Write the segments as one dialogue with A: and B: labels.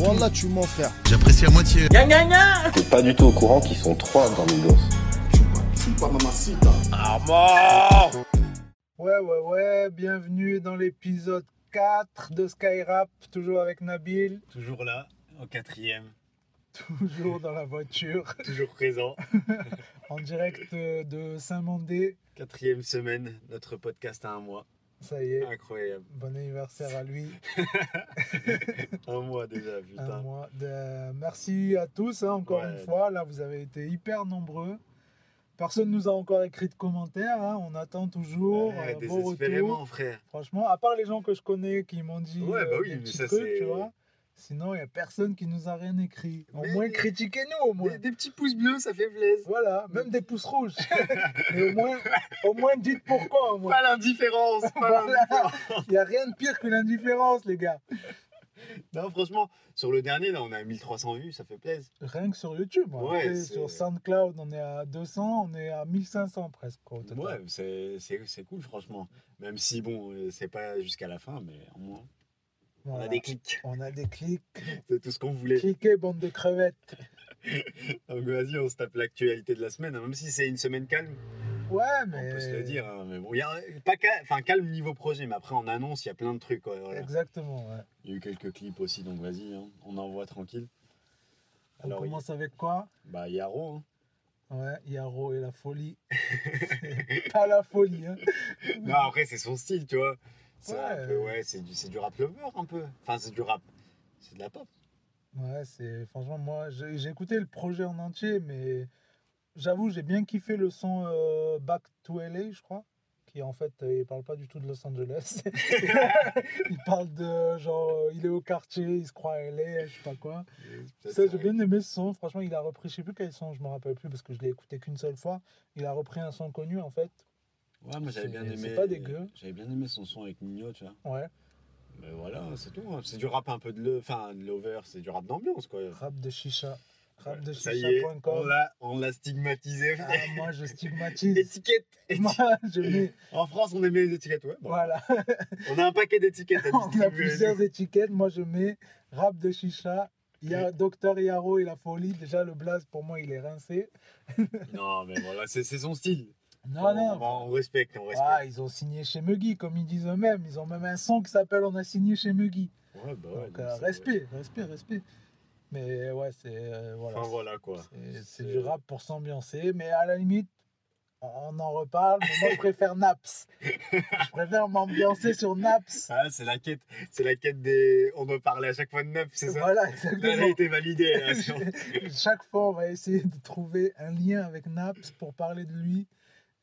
A: Wallah, tu mens, frère.
B: J'apprécie à moitié.
C: Gna gna gna
D: T'es pas du tout au courant qu'ils sont trois dans Migos.
A: Chupa mamacita.
C: Armand
E: Ouais, ouais, ouais, bienvenue dans l'épisode 4 de Skyrap, toujours avec Nabil,
C: Toujours là, au quatrième,
E: toujours dans la voiture,
C: toujours présent.
E: en direct euh, de Saint-Mandé.
C: Quatrième semaine, notre podcast à un mois. Ah.
E: Ça y est,
C: Incroyable.
E: bon anniversaire à lui,
C: Un mois déjà,
E: un
C: putain.
E: mois. de- Merci à tous, hein, encore
C: Ouais.
E: une fois, là vous avez été hyper nombreux. Personne nous a encore écrit de commentaires, hein, on attend toujours,
C: Ouais,
E: euh, vos retours.
C: désespérément, frère.
E: Franchement, à part les gens que je connais qui m'ont dit
C: Ouais, bah
E: euh,
C: oui,
E: des
C: mais
E: petits
C: ça,
E: trucs,
C: c'est-
E: tu vois. Sinon, il n'y a personne qui nous a rien écrit. Au
C: Mais-
E: moins, critiquez-nous au moins.
C: Des, des petits pouces bleus, ça fait plaisir.
E: Voilà, même des pouces rouges. Mais au moins, au moins dites pourquoi. au moins.
C: Pas l'indifférence, pas
E: Voilà.
C: l'indifférence.
E: Il n'y a rien de pire que l'indifférence, les gars.
C: Non, franchement, sur le dernier, là, on a 1300 vues, ça fait plaisir.
E: Rien que sur YouTube. hein.
C: Ouais,
E: Après,
C: c'est-
E: sur SoundCloud, on est à 200, on est à 1500 presque. quoi, au total.
C: Ouais, c'est- c'est c'est cool, franchement. Même si, bon, euh, c'est pas jusqu'à la fin, mais au moins, on
E: Voilà.
C: a des clics.
E: On a des clics.
C: C'est tout ce qu'on voulait.
E: Cliquez, bande de crevettes.
C: Donc, vas-y, on se tape l'actualité de la semaine, hein, même si c'est une semaine calme.
E: Ouais,
C: On
E: mais.
C: peut se le dire, hein, mais bon, il y a pas cal- enfin, calme niveau projet, mais après en annonce, il y a plein de trucs. quoi, voilà.
E: Exactement, ouais.
C: Il y a eu quelques clips aussi, donc vas-y, hein, on envoie tranquille.
E: On
C: Alors, il-
E: commence avec quoi
C: bah, Yaro, hein.
E: Ouais, Yaro et la folie. C'est pas la folie, hein.
C: Non, après, c'est son style, tu vois. C'est
E: Ouais.
C: un peu- ouais, c'est du, c'est du rap lover, un peu. Enfin, c'est du rap. C'est de la pop.
E: Ouais, c'est franchement moi j'ai j'ai écouté le projet en entier, mais j'avoue j'ai bien kiffé le son euh, Back to LA, je crois, qui en fait euh, il parle pas du tout de Los Angeles. il parle de genre euh, il est au quartier, il se croit à LA, je sais pas quoi.
C: Ça,
E: Ça
C: c'est
E: j'ai
C: vrai.
E: bien aimé ce son. Franchement il a repris, je sais plus quel son, je me rappelle plus parce que je l'ai écouté qu'une seule fois. Il a repris un son connu en fait.
C: Ouais, moi j'avais
E: C'est-
C: bien
E: c'est
C: aimé.
E: pas dégueu.
C: J'avais bien aimé son son avec Nino, tu vois.
E: Ouais,
C: Mais voilà, c'est tout. hein. C'est du rap un peu de le... enfin, de lover, c'est du rap d'ambiance, quoi.
E: rap de chicha, rap de
C: Ça y est, on
E: chicha.com.
C: l'a- on l'a stigmatisé.
E: Ah, moi je stigmatise.
C: Étiquette.
E: Moi je mets
C: En France, on aimait les étiquettes, ouais. bon.
E: voilà.
C: On a un paquet d'étiquettes à
E: On a
C: distribuer.
E: plusieurs étiquettes. Moi, je mets rap de chicha. Il y a Euh, Docteur Yaro et la folie. Déjà, le blaze, pour moi, il est rincé.
C: Non, mais voilà, c'est c'est son style.
E: Non,
C: on,
E: non.
C: on- on respecte, on respecte.
E: Ah, ils ont signé chez Muggy, comme ils disent eux-mêmes. Ils ont même un son qui s'appelle On a signé chez Muggy.
C: Ouais, bah ouais,
E: Donc,
C: non,
E: euh,
C: c'est-
E: respect, respect, respect. Mais ouais, c'est. euh, voilà.
C: Enfin, voilà, quoi.
E: C'est- C'est du rap pour s'ambiancer. Mais à la limite, on on en reparle. Mais moi, je préfère Naps. Je préfère m'ambiancer sur Naps.
C: Ah, c'est la quête. C'est la quête des. On doit parler à chaque fois de neuf, c'est ça
E: Voilà,
C: Là, elle a
E: exactement.
C: été validée. là, si on-
E: chaque fois, on va essayer de trouver un lien avec Naps pour parler de lui.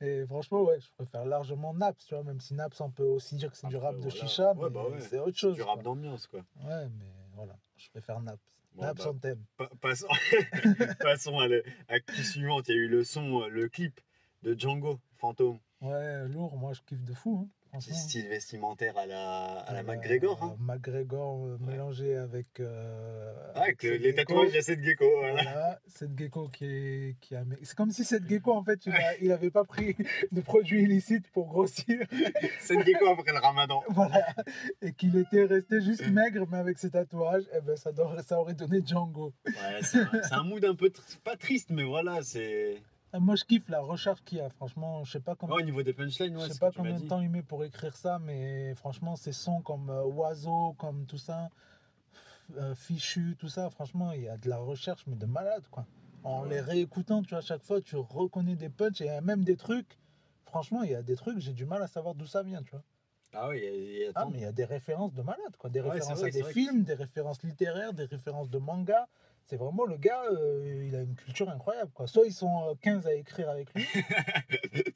E: Et franchement, ouais, je préfère largement Naps, tu vois, même si Naps, on peut aussi dire que c'est du
C: Après,
E: rap de
C: voilà.
E: chicha,
C: Ouais,
E: mais
C: bah ouais.
E: c'est autre chose.
C: du rap
E: quoi.
C: d'ambiance, quoi.
E: Ouais, mais voilà, je préfère Naps.
C: Bon,
E: Naps,
C: bah.
E: on t'aime.
C: Pa- passons passons à l'actu suivante. Il y a eu le son, euh, le clip de Django, Fantôme.
E: Ouais, lourd, moi, je kiffe de fou, hein,
C: Petit
E: franchement.
C: style vestimentaire à la, à la
E: Euh,
C: McGregor. hein.
E: McGregor euh, mélangé avec. euh,
C: Ah, avec le-
E: Seth
C: les
E: Gecko.
C: tatouages de cette gecko. Voilà.
E: Voilà, cette gecko qui est. Qui a... mais C'est comme si cette gecko, en fait, il a- il avait pas pris de produits illicites pour grossir.
C: Cette gecko après le ramadan.
E: Voilà. Et qu'il était resté juste maigre, mais avec ses tatouages, eh ben, ça, donnerait- ça aurait donné Django.
C: Ouais, c'est un, c'est un mood un peu tr- pas triste, mais voilà, c'est.
E: Ah, Moi, je kiffe la recherche qu'il y a. hein, Franchement, je sais pas
C: Ouais, au
E: combien,
C: niveau des punchlines, ouais,
E: je
C: c'est
E: sais
C: ce que
E: pas
C: tu m'as
E: combien de
C: dit.
E: temps il met pour écrire ça, mais franchement, ces sons comme euh, oiseau, comme tout ça, f- euh, fichu, tout ça, franchement, il y a de la recherche, mais de malade, quoi. En
C: Ouais.
E: les réécoutant, tu vois, à chaque fois, tu reconnais des punchs et même des trucs. Franchement, il y a des trucs, j'ai du mal à savoir d'où ça vient, tu vois.
C: Ah oui, il y a- il y a
E: Ah,
C: tant-
E: mais il y a des références de malades, quoi. Des
C: Ouais, c'est
E: références
C: vrai,
E: à
C: c'est
E: des
C: vrai.
E: films, des références littéraires, des références de mangas. C'est vraiment le gars, euh, il a une culture incroyable, quoi. Soit ils sont euh, 15 à écrire avec lui,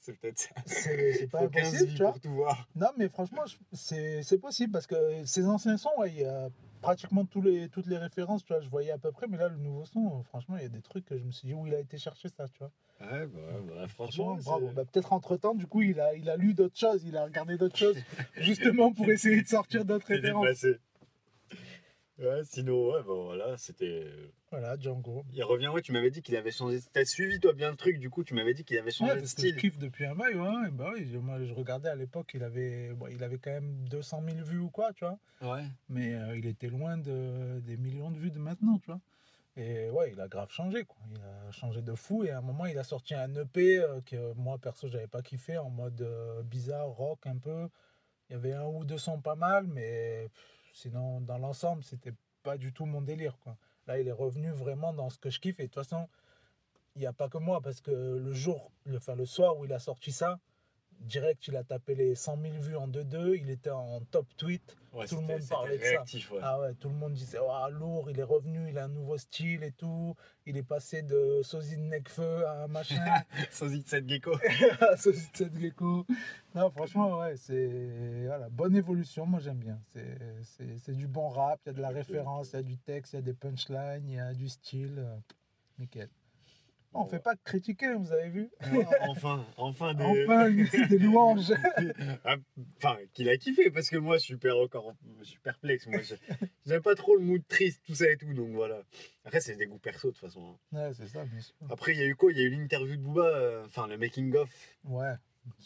C: c'est peut-être ça.
E: c'est c'est pas
C: Faut 15
E: impossible,
C: vies
E: tu vois.
C: pour tout voir.
E: Non, mais franchement, je- c'est c'est possible parce que ces anciens sons, ouais, il y a pratiquement tous les, toutes les références, tu vois. Je voyais à peu près, mais là, le nouveau son, euh, franchement, il y a des trucs que je me suis dit où il a été chercher ça, tu vois.
C: Ouais, bah,
E: Franchement,
C: bah, franchement, c'est-
E: bravo. Bah, Peut-être entre-temps, du coup, il a, il a lu d'autres choses, il a regardé d'autres choses, justement pour essayer de sortir d'autres
C: c'est
E: références.
C: dépassé. Ouais, sinon, ouais, bon, voilà, c'était.
E: Voilà, Django.
C: Il revient, ouais, tu m'avais dit qu'il avait changé. T'as suivi, toi, bien le truc, du coup, tu m'avais dit qu'il avait
E: Ouais,
C: changé de
E: parce que je
C: style.
E: kiffe depuis un bail, ouais. Bah oui, je- moi je regardais à l'époque, il avait, bon, il avait quand même 200 000 vues ou quoi, tu vois.
C: Ouais.
E: Mais euh, il était loin de, des millions de vues de maintenant, tu vois. Et ouais, il a grave changé, quoi. Il a changé de fou. Et à un moment, il a sorti un EP euh, que euh, moi, perso, j'avais pas kiffé, en mode euh, bizarre, rock un peu. Il y avait un ou deux sons pas mal, mais pff, sinon, dans l'ensemble, c'était pas du tout mon délire, quoi. Là, il est revenu vraiment dans ce que je kiffe. Et de toute façon, il n'y a pas que moi, parce que le jour, le, enfin, le soir où il a sorti ça, direct, il a tapé les 100 000 vues en 2-2. Il était en top tweet.
C: Ouais,
E: Tout le
C: c'était-
E: monde
C: c'était
E: parlait de ça.
C: réactif, ouais.
E: Ah ouais, tout le monde disait Ouah, lourd, il est revenu, il a un nouveau style et tout. Il est passé de sosie de Necfeu à euh, machin,
C: Sosie de cette gecko.
E: à sosie de Seth Gecko. Non, franchement, ouais, c'est voilà, bonne évolution. Moi, j'aime bien. C'est- C'est c'est du bon rap, il y a de la
C: Ok,
E: référence, il y a du texte, il y a des punchlines, il y a du style. euh, Nickel. On
C: Bon,
E: fait pas de critiquer, vous avez vu
C: Ah, enfin, enfin des.
E: Enfin, des louanges.
C: Ah, Enfin, qu'il a kiffé, parce que moi, je suis per- encore, je suis perplexe. Moi, je- j'aime pas trop le mood triste, tout ça et tout, donc voilà. Après, c'est des goûts perso, de toute façon. hein.
E: Ouais, c'est ça, bien sûr.
C: Après, il y a eu quoi Il y a eu l'interview de Booba, euh, enfin, le making-of.
E: Ouais.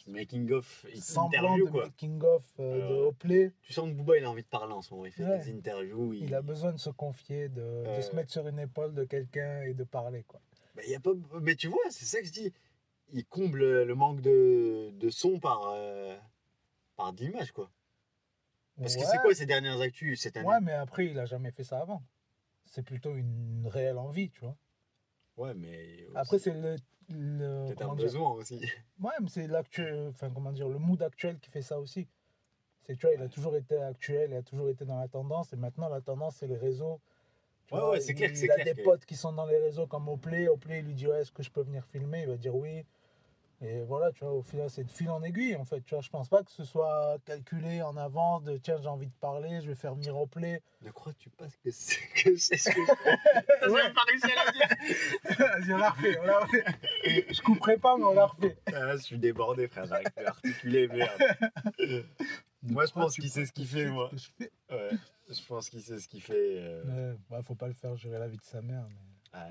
C: Making-of,
E: Semblant
C: interview,
E: de
C: quoi.
E: making-of euh, de
C: Euh,
E: Hoplé.
C: Tu sens que Booba, il a envie de parler en ce moment. Il fait
E: Ouais.
C: des interviews. Il
E: Il a besoin de se confier, de, de se
C: Euh.
E: mettre sur une épaule de quelqu'un et de parler. Quoi.
C: Bah, y a pas... Mais tu vois, c'est ça que je dis. Il comble le manque de, de son par, euh, par de l'image, quoi. Parce que c'est quoi ces dernières actus cette année
E: Ouais, mais après, il a jamais fait ça avant. C'est plutôt une réelle envie, tu vois.
C: Ouais, mais.
E: Après, c'est le. le-
C: Peut-être
E: comment
C: un
E: dire
C: besoin aussi.
E: Ouais, mais c'est l'actu- Enfin, comment dire, le mood actuel qui fait ça aussi. C'est, tu vois, il a
C: Ouais.
E: toujours été actuel, il a toujours été dans la tendance, et maintenant, la tendance, c'est les réseaux. Tu
C: Ouais, ouais, c'est clair que
E: Il
C: c'est
E: a
C: clair
E: des
C: que-
E: potes qui sont dans les réseaux comme Oplay. Oplay, il lui dit, ouais, est-ce que je peux venir filmer Il va dire oui. Et voilà, tu vois, au final, c'est de fil en aiguille, en fait. Tu vois, je pense pas que ce soit calculé en avance de tiens, j'ai envie de parler, je vais faire venir Oplay.
C: Ne crois-tu pas que c'est que c'est ce que je fais T'as
E: Ouais.
C: jamais pas réussi à le dire
E: Vas-y, on l'a refait, on l'a refait. Je couperai pas, mais on l'a refait.
C: Ah, Je suis débordé, frère, j'arrive plus à articuler, merde. Moi, je pense qu'il sait ce qu'il fait, moi.
E: Que je fais.
C: Ouais, je pense qu'il sait ce qu'il fait. euh,
E: Ouais, bah, faut pas le faire gérer la vie de sa mère, mais.
C: ah,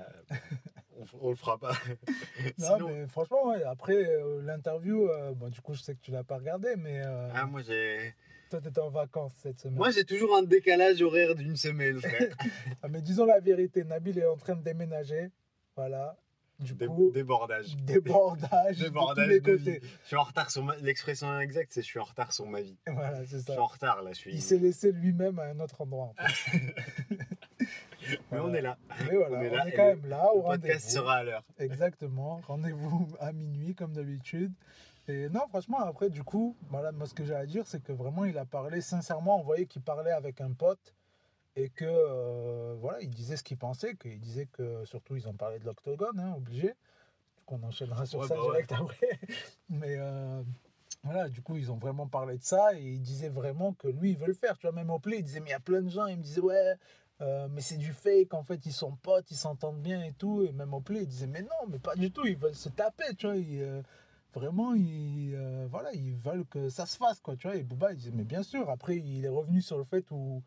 C: on, on le fera pas.
E: Non,
C: Sinon,
E: mais franchement, ouais, après euh, l'interview, euh, bon, du coup, je sais que tu l'as pas regardé, mais euh,
C: ah, moi, j'ai.
E: toi, tu étais en vacances cette semaine.
C: Moi, j'ai toujours un décalage horaire d'une semaine, frère.
E: Ah, mais disons la vérité, Nabil est en train de déménager. Voilà. Du
C: Dé-
E: coup,
C: débordage.
E: débordage,
C: Débordage
E: de
C: de
E: tous
C: vie.
E: les côtés.
C: Je suis en retard sur ma... L'expression exacte, c'est je suis en retard sur ma vie.
E: Voilà, c'est
C: Je suis
E: ça.
C: en retard, là, je suis...
E: Il s'est laissé lui-même à un autre endroit. en fait.
C: Mais on est là.
E: Mais voilà,
C: on
E: on
C: est
E: est,
C: là et
E: quand
C: le-
E: même là Ah, au
C: Le podcast
E: rendez-vous.
C: sera à l'heure.
E: Exactement. Rendez-vous à minuit, comme d'habitude. Et non, franchement, après, du coup, voilà, moi, ce que j'ai à dire, c'est que vraiment, il a parlé sincèrement. On voyait qu'il parlait avec un pote et que, euh, voilà, il disait ce qu'il pensait. Qu'il disait que, surtout, ils ont parlé de l'octogone, hein, obligé. Qu'on enchaînera sur
C: Ouais,
E: ça
C: bah ouais.
E: direct après. Mais euh, voilà, du coup, ils ont vraiment parlé de ça et il disait vraiment que lui, il veut le faire. Tu vois, même au play, il disait, mais il y a plein de gens, il me disait, ouais, euh, mais c'est du fake, en fait, ils sont potes, ils s'entendent bien et tout. Et même au play, il disait, mais non, mais pas du tout, ils veulent se taper, tu vois. ils, euh, vraiment, ils, euh, voilà, ils veulent que ça se fasse, quoi, tu vois. Et Booba, il disait, mais bien sûr. Après, il est revenu sur le fait où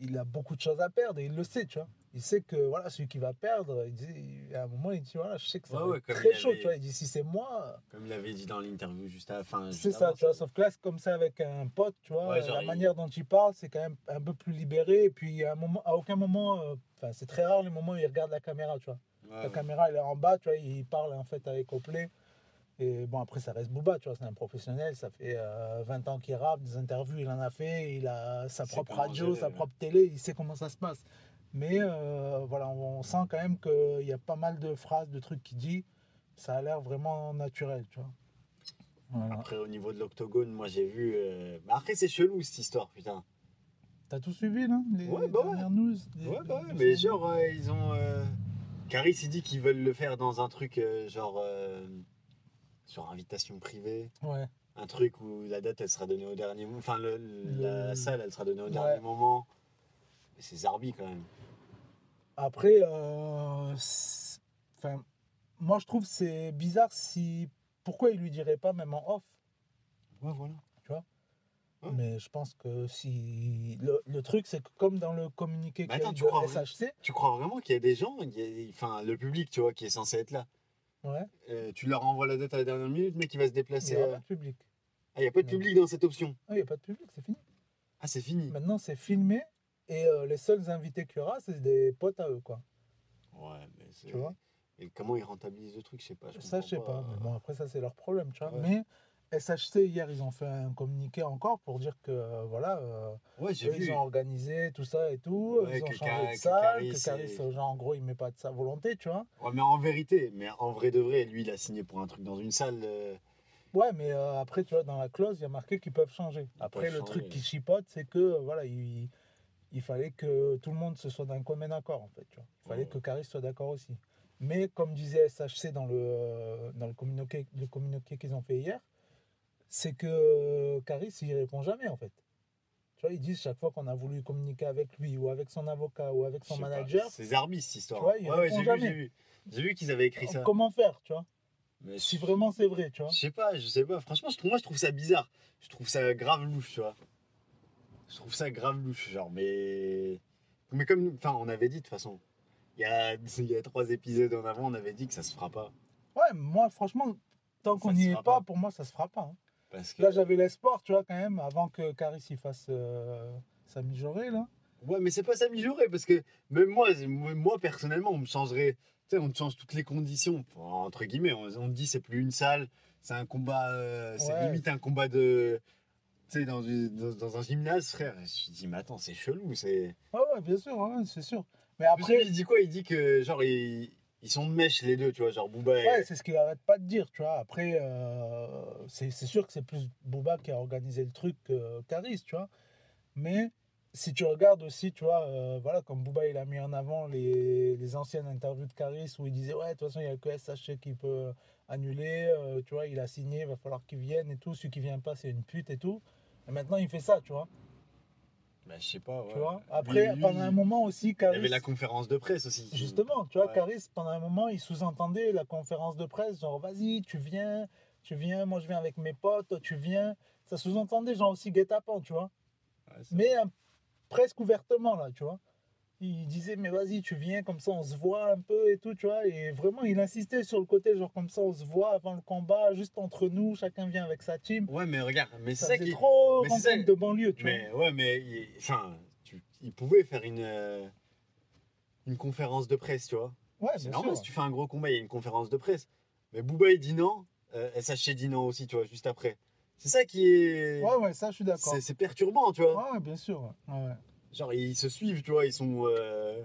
E: il a beaucoup de choses à perdre et il le sait, tu vois. Il sait que voilà, celui qui va perdre, il dit, à un moment, il dit, voilà, je sais que ça
C: Ouais,
E: va
C: ouais,
E: être
C: comme
E: très
C: il
E: chaud,
C: avait-
E: tu vois. Il dit, si c'est moi.
C: Comme il avait dit dans l'interview juste à la fin.
E: C'est ça, tu vois, sauf que là, c'est comme ça avec un pote, tu vois,
C: Ouais, genre,
E: la
C: il-
E: manière dont il parle, c'est quand même un peu plus libéré, et puis à, un moment, à aucun moment, euh, enfin, c'est très rare les moments où il regarde la caméra, tu vois. La caméra, elle est en bas, tu vois, il parle en fait avec Opley, et bon, après, ça reste Booba, tu vois, c'est un professionnel, ça fait euh, 20 ans qu'il rappe, des interviews, il en a fait, il a sa
C: Il sait
E: propre
C: comment
E: radio,
C: gérer,
E: sa
C: ouais.
E: propre télé, il sait comment ça se passe. Mais euh, voilà, on, on sent quand même qu'il y a pas mal de phrases, de trucs qu'il dit, ça a l'air vraiment naturel, tu vois. Voilà.
C: Après, au niveau de l'octogone, moi, j'ai vu... euh, bah, après, c'est chelou, cette histoire, putain.
E: T'as tout suivi là les
C: Ouais, bah
E: dernières news les-
C: Ouais, bah ouais,
E: les-
C: mais genre, euh, ils ont... euh, Caris, il dit qu'ils veulent le faire dans un truc, euh, genre... euh, Sur invitation privée.
E: Ouais,
C: un truc où la date elle sera donnée au dernier moment. Enfin, le- le- la
E: Le-
C: salle elle sera donnée au
E: Ouais.
C: dernier moment. Mais c'est Zarbi quand même.
E: après, euh, c'est- enfin, moi je trouve que c'est bizarre si. Pourquoi il lui dirait pas, même en off
C: Ouais, voilà. Ouais.
E: Mais je pense que si. Le, le truc, c'est que comme dans le communiqué
C: Mais
E: qu'il y a
C: Bah, attends,
E: eu
C: tu
E: de
C: crois vrai-
E: SHC,
C: Tu crois vraiment qu'il y a des gens, il y a- enfin le public, tu vois, qui est censé être là.
E: ouais,
C: Euh, tu leur envoies la date à la dernière minute, mais qui va se
E: il n'y
C: déplacer.
E: a
C: euh.
E: pas de public.
C: Ah, il n'y a pas de
E: Non.
C: public dans cette option.
E: Ah, Il n'y a pas de public, c'est fini.
C: Ah, c'est fini.
E: Maintenant, c'est filmé et euh, les seuls invités qu'il y aura, c'est des potes à eux, quoi.
C: Ouais, mais c'est.
E: Tu vois
C: Et comment ils rentabilisent le truc, je sais pas. Je
E: Ça, je sais pas.
C: comprends
E: Mais bon, après, ça, c'est leur problème, tu vois.
C: Ouais.
E: Mais SHC, hier, ils ont fait un communiqué encore pour dire que, euh, voilà, euh,
C: Ouais, j'ai
E: eux,
C: vu.
E: ils ont organisé tout ça et tout.
C: Ouais,
E: ils ont
C: que
E: changé
C: Car-
E: de
C: que
E: salle.
C: Caris
E: Que Caris,
C: et-
E: euh, genre, en gros, il met pas de sa volonté, tu vois.
C: Ouais, mais en vérité, mais en vrai de vrai, lui, il a signé pour un truc dans une salle. euh,
E: Ouais, mais euh, après, tu vois, dans la clause, il y a marqué qu'ils peuvent changer.
C: Ils
E: Après,
C: peuvent
E: le
C: changer.
E: truc qui chipote, c'est que, euh, voilà, il, il fallait que tout le monde se soit d'un commun accord, en fait. Tu vois. Il fallait
C: Ouais.
E: que Caris soit d'accord aussi. Mais comme disait SHC dans le, euh, dans le communiqué, le communiqué qu'ils ont fait hier, c'est que euh, Caris, il répond jamais, en fait. Tu vois, ils disent chaque fois qu'on a voulu communiquer avec lui, ou avec son avocat, ou avec
C: je
E: son
C: sais pas,
E: manager,
C: C'est Zarbis, cette histoire.
E: Tu vois, il
C: ouais, ouais,
E: répond
C: j'ai vu,
E: jamais.
C: j'ai vu. J'ai vu qu'ils avaient écrit ça.
E: comment faire, tu vois
C: Mais
E: Si vraiment c'est vrai, tu vois
C: Je sais pas, je sais pas. Franchement, je trouve, moi, je trouve ça bizarre. Je trouve ça grave louche, tu vois. Je trouve ça grave louche, genre, mais. Mais comme. Enfin, on avait dit, de toute façon. Il y a, il y a trois épisodes en avant, on avait dit que ça se fera pas.
E: Ouais, moi, franchement, tant
C: Ça
E: qu'on
C: se
E: n'y est
C: fera
E: pas,
C: pas.
E: pour moi, ça se fera pas. hein.
C: Parce que.
E: Là, j'avais l'espoir, tu vois, quand même, avant que Caris y fasse euh, sa mijaurée, là.
C: Ouais, mais c'est pas ça mijauré, parce que même moi, c'est- moi, moi, personnellement, on me changerait. Tu sais, on te change toutes les conditions, enfin, entre guillemets. On, on te dit, c'est plus une salle, c'est un combat. euh, c'est
E: Ouais.
C: limite un combat de. Tu sais, dans, une- dans, dans un gymnase, frère. Je me suis dit, mais attends, c'est chelou, c'est.
E: Ouais, ouais, bien sûr, ouais, ouais, c'est sûr. Mais
C: Après,
E: après,
C: il dit quoi Il dit que, genre, ils, ils sont de mèche, les deux, tu vois, genre Booba et-
E: ouais, c'est ce qu'il arrête pas de dire, tu vois. Après, euh, c'est c'est sûr que c'est plus Booba qui a organisé le truc que Caris, tu vois. Mais si tu regardes aussi, tu vois, euh, voilà, comme Booba, il a mis en avant les, les anciennes interviews de Caris où il disait, ouais, de toute façon, il n'y a que SHC qui peut annuler, euh, tu vois, il a signé, il va falloir qu'il vienne et tout. Celui qui vient pas, c'est une pute et tout. Et maintenant, il fait ça, tu vois.
C: Bah, je sais pas, ouais.
E: Tu vois Après,
C: Lui, lui,
E: pendant un moment aussi,
C: Il y avait
E: Caris.
C: la conférence de presse aussi.
E: Justement, tu vois,
C: Ouais.
E: Caris, pendant un moment, il sous-entendait la conférence de presse, genre, vas-y, tu viens, tu viens, moi je viens avec mes potes, toi, tu viens. Ça sous-entendait, genre, aussi guet-apens, tu vois.
C: Ouais, c'est-
E: Mais euh, presque ouvertement, là, tu vois. Il disait, mais vas-y, tu viens, comme ça, on se voit un peu et tout, tu vois. Et vraiment, il insistait sur le côté, genre, comme ça, on se voit avant le combat, juste entre nous, chacun vient avec sa team.
C: Ouais, mais regarde, mais
E: Ça
C: c'est ça
E: faisait
C: qui.
E: trop
C: mais c'est ça-
E: rencontre de banlieue, tu vois.
C: Mais ouais, mais il- enfin, tu- il pouvait faire une euh, une conférence de presse, tu vois.
E: Ouais,
C: C'est
E: bien
C: normal
E: sûr.
C: si tu fais un gros combat, il y a une conférence de presse. Mais Booba il dit non, euh, SHC dit non aussi, tu vois, juste après. C'est ça qui est
E: Ah Ouais, ouais, ça, je suis d'accord.
C: c'est c'est perturbant, tu vois.
E: Ouais, ouais, bien sûr. ouais, ouais.
C: Genre ils se suivent, tu vois, ils sont euh,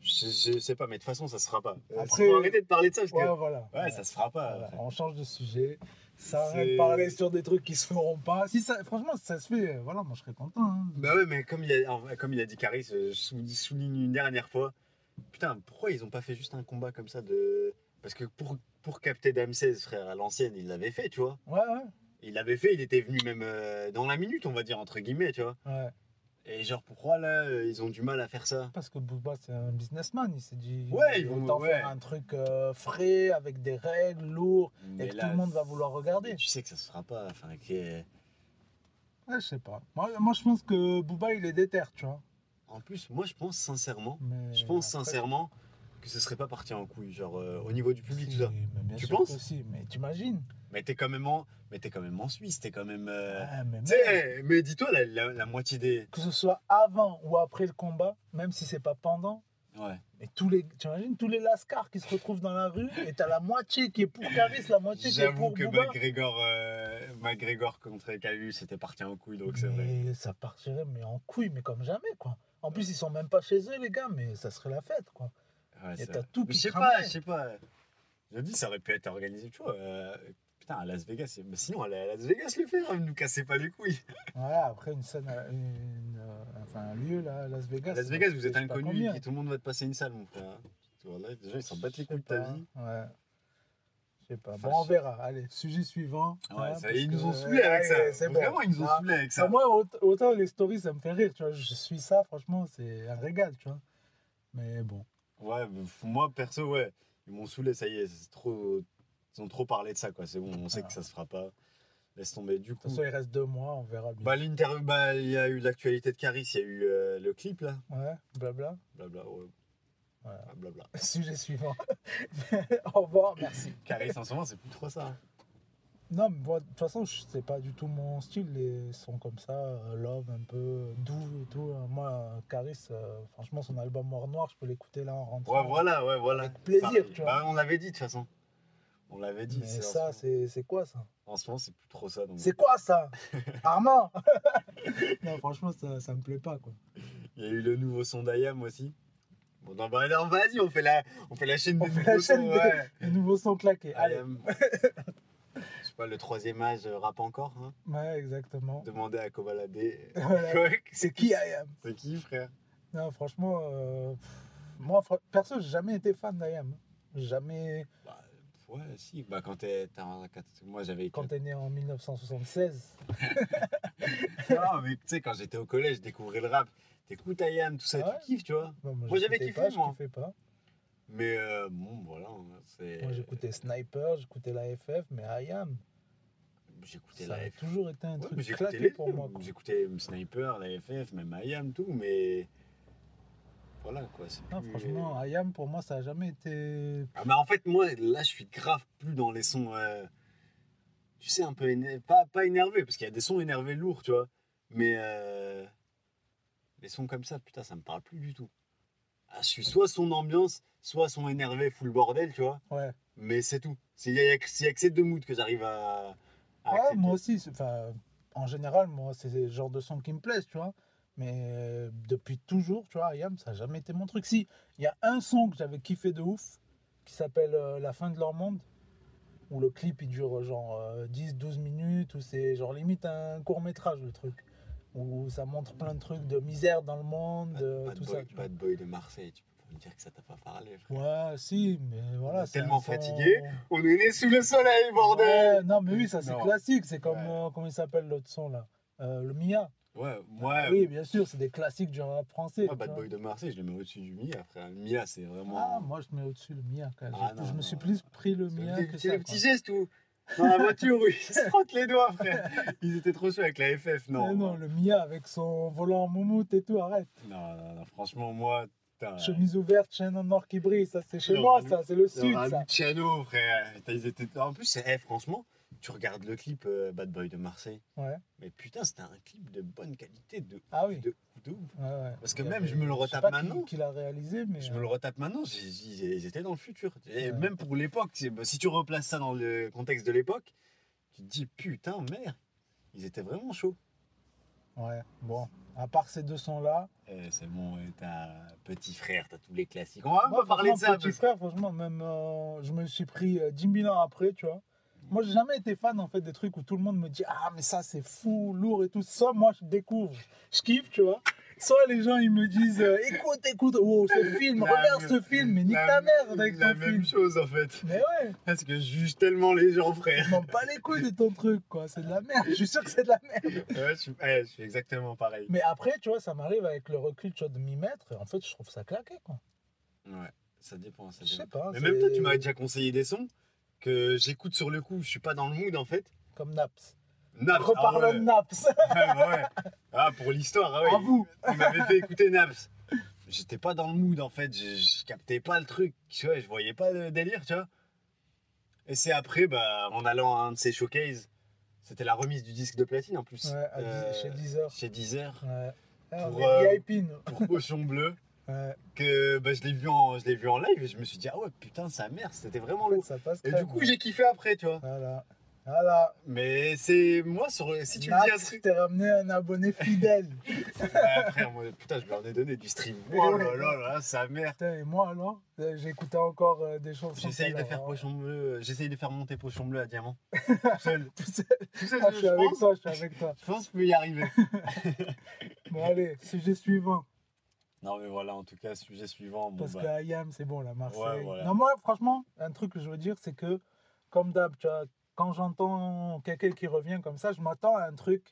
C: je, je sais pas, mais de toute façon ça se fera pas. Euh,
E: Après-
C: faut arrêter de parler de ça parce que
E: Ouais,
C: ouais,
E: Ah, voilà. Ouais.
C: ça se fera pas.
E: Voilà,
C: après.
E: on change de sujet. Ça arrête
C: C'est-
E: de parler sur des trucs qui se feront pas. Si ça, franchement, si ça se fait, euh, voilà, moi je serais content. hein.
C: Bah ouais, mais comme il a, en vrai, comme il a dit Caris, euh, je sou- souligne une dernière fois. Putain, pourquoi ils ont pas fait juste un combat comme ça de. Parce que pour, pour capter Dame 16, frère, à l'ancienne, il l'avait fait, tu vois.
E: Ouais, ouais.
C: Il l'avait fait, il était venu même euh, dans la minute, on va dire, entre guillemets, tu vois.
E: ouais.
C: Et genre, pourquoi là, euh, ils ont du mal à faire ça
E: Parce que Booba, c'est un businessman. Il s'est dit,
C: Ouais, ils
E: il
C: vont-
E: autant
C: ouais.
E: faire un truc euh, frais, avec des règles lourdes,
C: Mais
E: et que
C: là,
E: tout le monde va vouloir
C: mais
E: regarder.
C: Tu sais que ça se fera pas. Enfin, que-
E: Ouais, je sais pas. Moi, moi, je pense que Booba, il est déter, tu vois.
C: En plus, moi, je pense sincèrement,
E: Mais
C: je pense
E: après,
C: sincèrement que ce serait pas parti en couille, genre euh, au niveau du public,
E: si,
C: tout ça.
E: mais bien
C: Tu
E: sûr
C: penses
E: que si, mais t'imagines
C: Mais t'es quand même en, mais t'es quand même en Suisse, t'es quand même. euh,
E: Ouais, ah, mais
C: Tu
E: même,
C: sais, eh, mais dis-toi, la, la- la moitié des.
E: Que ce soit avant ou après le combat, même si c'est pas pendant,
C: Ouais.
E: Mais tous les, tu imagines tous les lascars qui se retrouvent dans la rue et t'as la moitié qui est pour Caris, la moitié qui est
C: J'avoue
E: pour
C: que
E: Booba.
C: McGregor, euh, McGregor contre Cahu, c'était parti en couille, donc c'est vrai.
E: Mais ça partirait mais en couille, mais comme jamais quoi. En plus ils sont même pas chez eux les gars, mais ça serait la fête quoi.
C: Ouais, c'est
E: t'as
C: vrai.
E: tout
C: Mais
E: qui
C: Je sais
E: cramerait.
C: pas, je sais pas. Je dis, ça aurait pu être organisé, tu vois. euh, putain, à Las Vegas, mais sinon, à la- à Las Vegas, le faire, ne nous cassez pas les couilles.
E: Voilà, après une scène, à- une, euh, enfin un lieu là, à Las Vegas.
C: À Las Vegas,
E: je
C: vous
E: sais
C: êtes
E: pas
C: inconnu,
E: combien.
C: et tout le monde va te passer une salle, mon frère. Tu vois, là, déjà, ils s'en battent les
E: Je sais
C: couilles de ta
E: pas,
C: vie.
E: Ouais. Je sais pas.
C: Enfin,
E: Bon, on
C: je-
E: verra. Allez, sujet suivant.
C: Ouais,
E: Voilà,
C: ça,
E: Ah, parce
C: ils nous ont
E: que-
C: saoulés avec
E: Ouais,
C: ça.
E: c'est
C: Vraiment,
E: bon.
C: ils nous ont
E: Ah,
C: saoulés avec
E: Enfin,
C: ça.
E: moi, aut- autant les stories, ça me fait rire, tu vois. Je suis ça, franchement, c'est un régal, tu vois. Mais bon.
C: Ouais, mais f- moi perso, ouais, ils m'ont saoulé, ça y est, c'est trop... ils ont trop parlé de ça, quoi. C'est bon, on sait
E: Voilà.
C: que ça se fera pas. Laisse tomber. Du
E: Ah. toute
C: coup.
E: façon, il reste deux mois, on verra bien.
C: Bah, l'interview, bah, il y a eu l'actualité de Caris, il y a eu euh, le clip là.
E: Ouais, blabla.
C: Blabla, ouais.
E: Voilà.
C: Ah, Blabla.
E: Sujet suivant. Au revoir, merci.
C: Caris en ce moment, c'est plus trop ça.
E: Non, mais moi, de toute façon, je- c'est pas du tout mon style. Les sons comme ça, euh, Love, un peu doux et tout. hein. Moi, euh, Caris, euh, franchement, son album Or Noir, je peux l'écouter là en rentrant.
C: Ouais, voilà, ouais, voilà.
E: Avec plaisir,
C: Pareil.
E: tu vois.
C: Bah, on l'avait dit de toute façon. On l'avait dit.
E: Mais
C: c'est- en ce
E: ça,
C: moment-
E: c'est c'est quoi ça
C: En ce moment, c'est plus trop ça. Donc...
E: C'est quoi ça Armand Non, franchement, ça, ça me plaît pas, quoi.
C: Il y a eu le nouveau son d'Ayam aussi. Bon, non, bah, non, vas-y, on fait la, on fait la chaîne
E: On
C: des
E: fait
C: nouveaux
E: la chaîne
C: sons,
E: des-
C: ouais.
E: Les nouveaux sons claqués. Allez.
C: IAM. Je sais pas, le troisième âge euh, rappe encore. Hein.
E: Ouais, exactement.
C: Demandez à Kobalade.
E: Voilà.
C: Ouais,
E: C'est qui I am
C: C'est qui, frère
E: Non, franchement, euh, pff, moi, fra- perso, j'ai jamais été fan d'IAM. Jamais.
C: bah, Ouais, si. Bah, quand t'es. t'as un- quand- Moi, j'avais.
E: Quand t'es né en 1976.
C: Non, mais tu sais, quand j'étais au collège, je découvrais le rap. T'écoutes Ayam, tout ça,
E: Ah ouais
C: tu kiffes, tu vois.
E: non,
C: Moi, j'avais
E: j'écoutais
C: kiffé,
E: pas, je
C: moi.
E: kiffais pas.
C: Mais euh, bon, voilà. hein, c'est-
E: Moi, j'écoutais Sniper, j'écoutais la FF, mais IAM,
C: J'écoutais
E: ça
C: la
E: a
C: FF.
E: toujours été un
C: Ouais, mais
E: truc
C: j'écoutais
E: claqué
C: les
E: pour
C: deux.
E: moi. quoi.
C: J'écoutais Sniper, la FF, même IAM, tout, mais. Voilà, quoi. c'est
E: Non,
C: plus-
E: franchement, IAM, pour moi, ça a jamais été.
C: Ah, mais en fait, moi, là, je suis grave plus dans les sons. euh, tu sais, un peu. éner- Pas, pas énervé, parce qu'il y a des sons énervés lourds, tu vois. Mais. euh, les sons comme ça, putain, ça me parle plus du tout. Ah, je suis soit son ambiance, soit son énervé full bordel, tu vois.
E: Ouais.
C: Mais c'est tout. S'il y, a- s'il y a que ces deux moods que j'arrive à. à
E: Ouais,
C: accepter.
E: Ah, moi aussi. c'est- Enfin, en général, moi, c'est le genre de son qui me plaisent, tu vois. Mais euh, depuis toujours, tu vois, IAM, ça n'a jamais été mon truc. Si, il y a un son que j'avais kiffé de ouf, qui s'appelle euh, La fin de leur monde, où le clip, il dure euh, genre 10-12 minutes, où c'est genre limite un court-métrage, le truc. Où ça montre plein de trucs de misère dans le monde,
C: Bad,
E: euh,
C: Bad
E: tout
C: boy,
E: ça. tu vois.
C: Bad Boy de Marseille, tu peux pas me dire que ça t'a pas parlé, frère.
E: Ouais, si, mais voilà.
C: est
E: c'est un
C: tellement
E: son-
C: fatigué. On est né sous le soleil, bordel
E: Ouais, non, mais oui, ça c'est
C: Non.
E: classique. C'est comme,
C: Ouais.
E: euh, comment il s'appelle l'autre son là Euh, Le Mia.
C: Ouais, moi,
E: Oui, bien sûr, c'est des classiques du rap français.
C: moi,
E: tu
C: Bad
E: vois.
C: Boy de Marseille, je le mets au-dessus du Mia, frère. Mia, c'est
E: Ah,
C: vraiment.
E: moi je te mets au-dessus le Mia. quand même.
C: Ah,
E: je,
C: non,
E: je me
C: non,
E: suis
C: non.
E: plus pris le
C: C'est
E: Mia
C: le
E: que
C: petit,
E: ça.
C: le petit geste où, dans la voiture, où ils se frottent les doigts, frère. Ils étaient trop chauds avec la FF,
E: quoi.
C: non.
E: Mais non,
C: moi.
E: le Mia avec son volant en moumoute et tout, arrête.
C: Non, non, non, franchement, moi, putain.
E: Chemise ouverte, chaîne en or qui brille, ça c'est chez
C: Non,
E: moi,
C: mais-
E: ça c'est le
C: c'est
E: sud,
C: un
E: ça.
C: Luciano, frère. Putain, ils étaient- En plus, c'est- eh, franchement, tu regardes le clip euh, Bad Boy de Marseille.
E: Ouais.
C: Mais putain, c'était un clip de bonne qualité, de
E: Ah oui.
C: de, de ouf.
E: Ouais, ouais.
C: Parce que
E: Il y
C: même, je me le
E: sais
C: retape
E: pas
C: maintenant.
E: Qui, qui l'a réalisé, mais. euh,
C: Je me le retape maintenant, j'ai- j'ai- ils étaient dans le futur. Et
E: Ouais.
C: même pour l'époque, c'est- bah, si tu replaces ça dans le contexte de l'époque, tu te dis putain, merde, ils étaient vraiment chauds.
E: Ouais, bon. À part ces deux sons là.
C: Eh, c'est bon, ouais, t'as petit frère, t'as tous les classiques. On va
E: Moi,
C: pas parler de
E: franchement,
C: ça.
E: Petit
C: parce-
E: frère, franchement, même euh, je me suis pris euh, 10 000 ans après, tu vois. Moi, j'ai jamais été fan en fait des trucs où tout le monde me dit ah mais ça c'est fou, lourd et tout. Ça, moi, je découvre, je kiffe, tu vois. Soit les gens ils me disent euh, écoute, écoute, wow, ce film,
C: La
E: regarde
C: même-
E: ce film, mais nique
C: la-
E: ta merde avec
C: La
E: ton
C: même
E: film.
C: chose en fait.
E: Mais ouais,
C: Parce que je juge tellement les gens, frère.
E: je m'en pas les couilles de ton truc, quoi. C'est de la merde. Je suis sûr que c'est de la merde.
C: Ouais, je, suis, eh, je suis exactement pareil.
E: Mais après, tu vois, ça m'arrive avec le recul, tu vois, de m'y mettre. et En fait, je trouve ça claqué, quoi.
C: Ouais, ça dépend. Ça
E: Je sais
C: dépend.
E: pas.
C: Mais même toi,
E: c'est
C: tu m'as déjà conseillé des sons que j'écoute sur le coup, je suis pas dans le mood en fait.
E: comme Naps.
C: Naps,
E: Reparlons
C: ah ouais.
E: de Naps.
C: Ah, bah ouais. Ah, pour l'histoire, ah ouais.
E: À vous.
C: Il m'avait fait écouter Naps. J'étais pas dans le mood en fait, je, je captais pas le truc, tu vois, je voyais pas le délire, tu vois. Et c'est après, bah, en allant à un de ses showcases, c'était la remise du disque de platine en plus.
E: Ouais, à dix-
C: euh,
E: chez Deezer.
C: chez Deezer,
E: Ouais. Ah, on
C: Pour,
E: est
C: euh,
E: VIP, nous.
C: pour Potion Bleu,
E: Ouais.
C: que bah, je l'ai vu, en- je l'ai vu en live et je me suis dit, ah ouais, putain, sa mère, c'était vraiment
E: En fait,
C: lourd.
E: ça passe
C: Et
E: crème,
C: du coup,
E: ouais.
C: j'ai kiffé après, tu vois.
E: Voilà. Voilà.
C: Mais c'est moi, sur, si tu me dis un
E: Naps,
C: truc.
E: t'es ramené un abonné fidèle.
C: Ouais, frère, moi, putain, je leur ai donné du stream. Oh là là là, sa mère.
E: Putain, et moi alors Euh, J'écoutais encore euh, des chansons.
C: J'essaye de
E: alors,
C: faire
E: hein.
C: pochon bleu, euh, j'essaye de faire monter pochon bleu à diamant. Tout seul.
E: Tout seul.
C: Tout seul,
E: Ah, je
C: je,
E: suis avec
C: pense,
E: toi, je suis avec toi.
C: je pense que je peux y arriver.
E: Bon, allez, sujet suivant.
C: Non mais voilà, en tout cas, sujet suivant. Bon,
E: Parce
C: bah,
E: que IAM, c'est bon, la Marseille.
C: Ouais, voilà.
E: Non, moi, franchement, un truc que je veux dire, c'est que, comme d'hab, tu vois, quand j'entends quelqu'un qui revient comme ça, je m'attends à un truc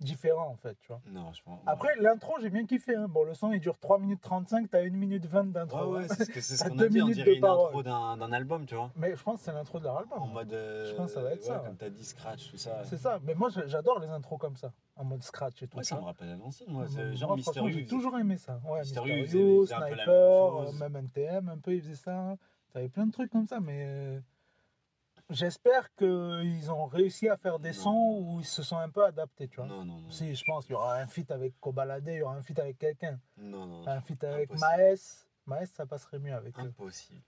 E: différent en fait, tu vois.
C: Non, je pense.
E: Après, l'intro, j'ai bien kiffé. Hein. Bon, le son, il dure 3 minutes 35, t'as 1 minute 20
C: ouais,
E: d'intro.
C: ouais, c'est ce que- c'est ce
E: T'as
C: qu'on
E: deux
C: a dit, on
E: minutes
C: dirait
E: de
C: une
E: parole.
C: intro d'un d'un album, tu vois.
E: Mais je pense que c'est l'intro de leur album.
C: En mode. euh,
E: Je pense que ça va être
C: ouais,
E: ça, ouais.
C: Comme t'as dit, scratch, tout ça.
E: C'est ça. Mais moi, j'a- j'adore les intros comme ça, en mode scratch et tout
C: Ouais, ça
E: ça.
C: me rappelle à l'ancienne, moi.
E: Moi,
C: c'est Genre
E: Mmh. Oh, franchement, J'ai
C: mystérieux.
E: toujours aimé ça. Ouais,
C: Mister U,
E: Mister
C: il
E: U,
C: faisait- il faisait un peu la même
E: Sniper, euh,
C: chose.
E: même NTM, un peu, ils faisaient ça. T'avais plein de trucs comme ça, mais euh, j'espère qu'ils ont réussi à faire des
C: Non.
E: sons où ils se sont un peu adaptés, tu vois.
C: Non, non, non.
E: Si, je pense, il y aura un feat avec Kobalade, il y aura un feat avec quelqu'un,
C: Non, non.
E: un feat avec
C: impossible.
E: Maes. Maes, ça passerait mieux avec eux.
C: Impossible.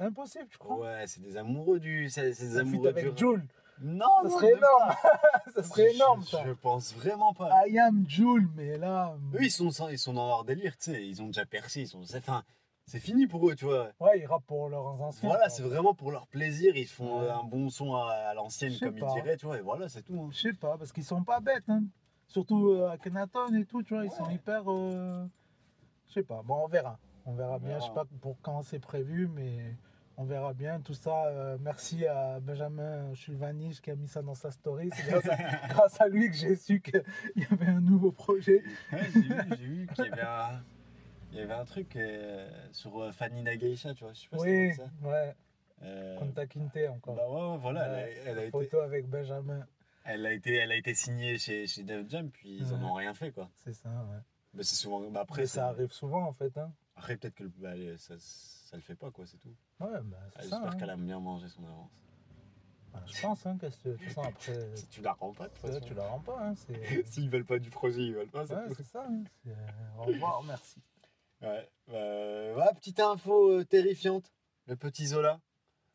E: Impossible, je crois.
C: Ouais, c'est des amoureux du. C'est c'est des
E: Un feat
C: amoureux
E: avec
C: du.
E: Jules,
C: Non,
E: ça
C: non,
E: serait
C: même pas.
E: énorme. ça serait énorme,
C: Je-
E: ça. Ah.
C: Je pense vraiment pas.
E: I am Jules, mais là. euh,
C: Eux, ils sont, sans- ils sont dans leur délire, tu sais. Ils ont déjà percé, ils sont. c'est- Enfin, c'est fini pour eux, tu vois.
E: Ouais, ils rappent pour leurs anciens.
C: Voilà,
E: quoi.
C: c'est vraiment pour leur plaisir. Ils font
E: Ouais.
C: euh, un bon son à, à l'ancienne,
E: Je sais
C: comme ils
E: pas.
C: diraient, tu vois. Et voilà, c'est tout. hein.
E: Je sais pas, parce qu'ils sont pas bêtes, hein. Surtout euh, Akhenaton et tout, tu vois, ils sont
C: Ouais.
E: hyper. euh, Je sais pas, bon, on verra. On verra
C: On
E: bien, je sais pas
C: verra.
E: pour quand c'est prévu, mais on verra bien tout ça. euh, merci à Benjamin Chulvanich qui a mis ça dans sa story. C'est grâce, à, grâce à lui que j'ai su qu'il y avait un nouveau projet.
C: Ouais, j'ai vu, j'ai vu qu'il y avait un. Il y avait un truc euh, sur euh, Fanny Nagaisha, tu vois, je sais pas si
E: Oui,
C: t'as vu ça.
E: ouais,
C: Euh,
E: Conta Quinte encore.
C: bah ouais, ouais, voilà,
E: Ouais,
C: elle, a- elle a été,
E: Photo avec Benjamin,
C: elle, a été, elle a été signée chez, chez Def Jam, puis ils en ont rien fait, quoi.
E: c'est ça, ouais.
C: Bah, c'est souvent. bah,
E: Après,
C: après, c'est-
E: ça arrive souvent en fait, hein.
C: Après, peut-être que le- bah, elle- ça, ça le fait pas, quoi, c'est tout.
E: Ouais, bah,
C: Ah,
E: c'est ça.
C: J'espère
E: hein.
C: qu'elle aime bien manger son avance.
E: Bah, je pense, hein, qu'est-ce que de toute façon, après.
C: Si tu la rends pas, de toute
E: Ça,
C: façon.
E: tu la rends pas, hein, c'est.
C: S'ils veulent pas du projet, ils veulent pas, c'est
E: Ouais,
C: tout.
E: c'est ça. hein, c'est- Au revoir, merci.
C: Ouais. Euh, voilà, petite info euh, terrifiante. Le petit Zola.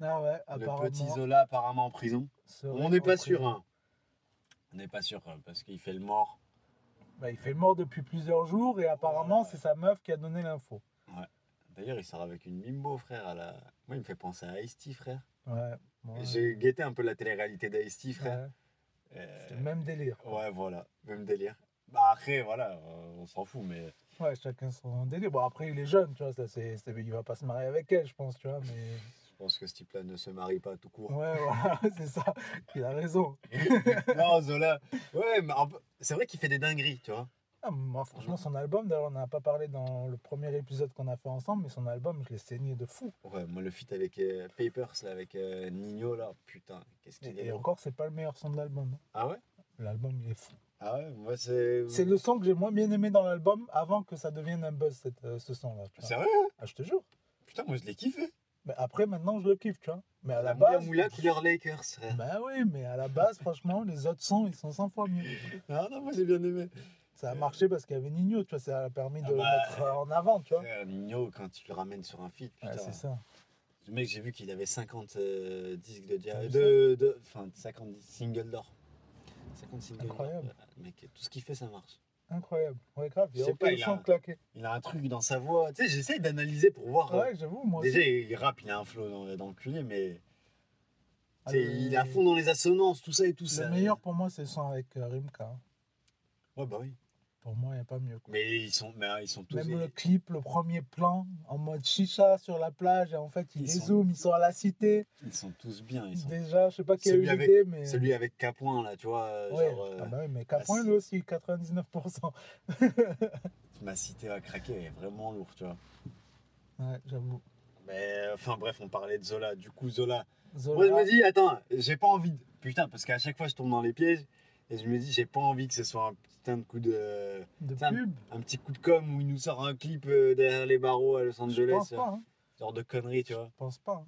E: Ah ouais, apparemment.
C: Le petit Zola, apparemment en prison.
E: serait
C: On n'est
E: en
C: pas
E: prison.
C: sûr, hein. On n'est pas sûr, hein, parce qu'il fait le mort.
E: Bah, il fait le mort depuis plusieurs jours et apparemment,
C: Ouais.
E: c'est sa meuf qui a donné l'info.
C: D'ailleurs, il sort avec une mimbo, frère. À la... Moi, il me fait penser à Ice-T, frère.
E: Ouais. ouais,
C: J'ai guetté un peu la télé-réalité d'Ice-T, frère.
E: ouais,
C: Euh,
E: C'est le même délire.
C: Ouais, voilà. Même délire. Bah, après, voilà, euh, on s'en fout, mais.
E: Ouais, chacun son délire. Bon, après, il est jeune, tu vois, ça, c'est, c'est- il va pas se marier avec elle, je pense, tu vois, mais.
C: Je pense que ce type-là ne se marie pas tout court.
E: Ouais, voilà, c'est ça. Il a raison.
C: non, Zola. Ouais, mais un peu- c'est vrai qu'il fait des dingueries, tu vois.
E: Ah, moi, franchement, son album, d'ailleurs, on n'a pas parlé dans le premier épisode qu'on a fait ensemble, mais son album, je l'ai saigné de fou.
C: Ouais, moi, le feat avec euh, Papers, là, avec euh, Nino, là, putain, qu'est-ce qu'il est.
E: Et
C: bon.
E: encore, c'est pas le meilleur son de l'album. hein.
C: Ah ouais
E: L'album, il est fou.
C: Ah ouais, moi, c'est.
E: C'est le son que j'ai moins bien aimé dans l'album avant que ça devienne un buzz, cette- euh, ce son-là. tu vois.
C: Sérieux
E: Ah, je te jure.
C: Putain, moi, je l'ai kiffé.
E: Mais après, maintenant, je le kiffe, tu vois. Mais à la
C: Moula
E: base.
C: Moula, couleur Lakers, frère.
E: Bah oui, mais à la base, franchement, les autres sons, ils sont 100 fois mieux.
C: Ah non, moi, j'ai bien aimé.
E: Ça a marché parce qu'il y avait Nino, tu vois. Ça a permis de
C: Ah bah.
E: le mettre euh, en avant, tu vois.
C: Frère, Nino, quand tu le ramènes sur un feat,
E: Ouais,
C: putain.
E: c'est ça.
C: Le mec, j'ai vu qu'il avait 50 euh, disques de
E: T'as
C: dia-
E: vu
C: de, de- Enfin, 50 dis- singles d'or. 50 singles d'or.
E: Incroyable.
C: Euh, Mec, tout ce qu'il fait, ça marche.
E: Incroyable. Ouais, grave. Il y
C: Je sais
E: a
C: pas,
E: aucun
C: il a
E: son
C: un-
E: claqué.
C: Il a un truc dans sa voix. Tu sais, j'essaye d'analyser pour voir. euh,
E: Ouais, j'avoue, moi
C: Déjà,
E: aussi.
C: il rappe, il a un flow dans, dans le culé, mais.
E: Ah,
C: tu sais,
E: le-
C: Il est à fond dans les assonances, tout ça et tout ça.
E: Le meilleur pour moi, c'est le son avec euh, Rimka. hein.
C: Ouais, bah oui.
E: Pour moi, il n'y a pas mieux. quoi.
C: Mais ils sont, mais, euh, ils sont tous.
E: Même
C: ils-
E: le clip, le premier plan, en mode chicha sur la plage, et en fait, il
C: Ils sont-
E: dézoome, ils sont à la cité.
C: Ils sont tous bien. Ils sont...
E: Déjà, je sais pas qui a eu
C: Celui avec-
E: l'idée, mais.
C: Celui avec Capoin, là, tu vois. euh,
E: Ouais.
C: Genre, euh,
E: Ah bah oui, mais Capron,
C: c'est-
E: lui aussi, 99%.
C: ma cité à craquer, elle est vraiment lourd, tu vois.
E: Ouais, j'avoue.
C: Mais enfin, bref, on parlait de Zola. Du coup, Zola.
E: Zola,
C: Moi, je me dis, attends, j'ai pas envie. de- Putain, parce qu'à chaque fois, je tombe dans les pièges et je me dis, j'ai pas envie que ce soit un putain de coup de.
E: de
C: ça me-
E: pub,
C: Un petit coup de com où il nous sort un clip euh, derrière les barreaux à Los
E: je
C: Angeles.
E: pense
C: euh,
E: pas. hein.
C: Genre de conneries, tu vois.
E: Je pense pas. hein.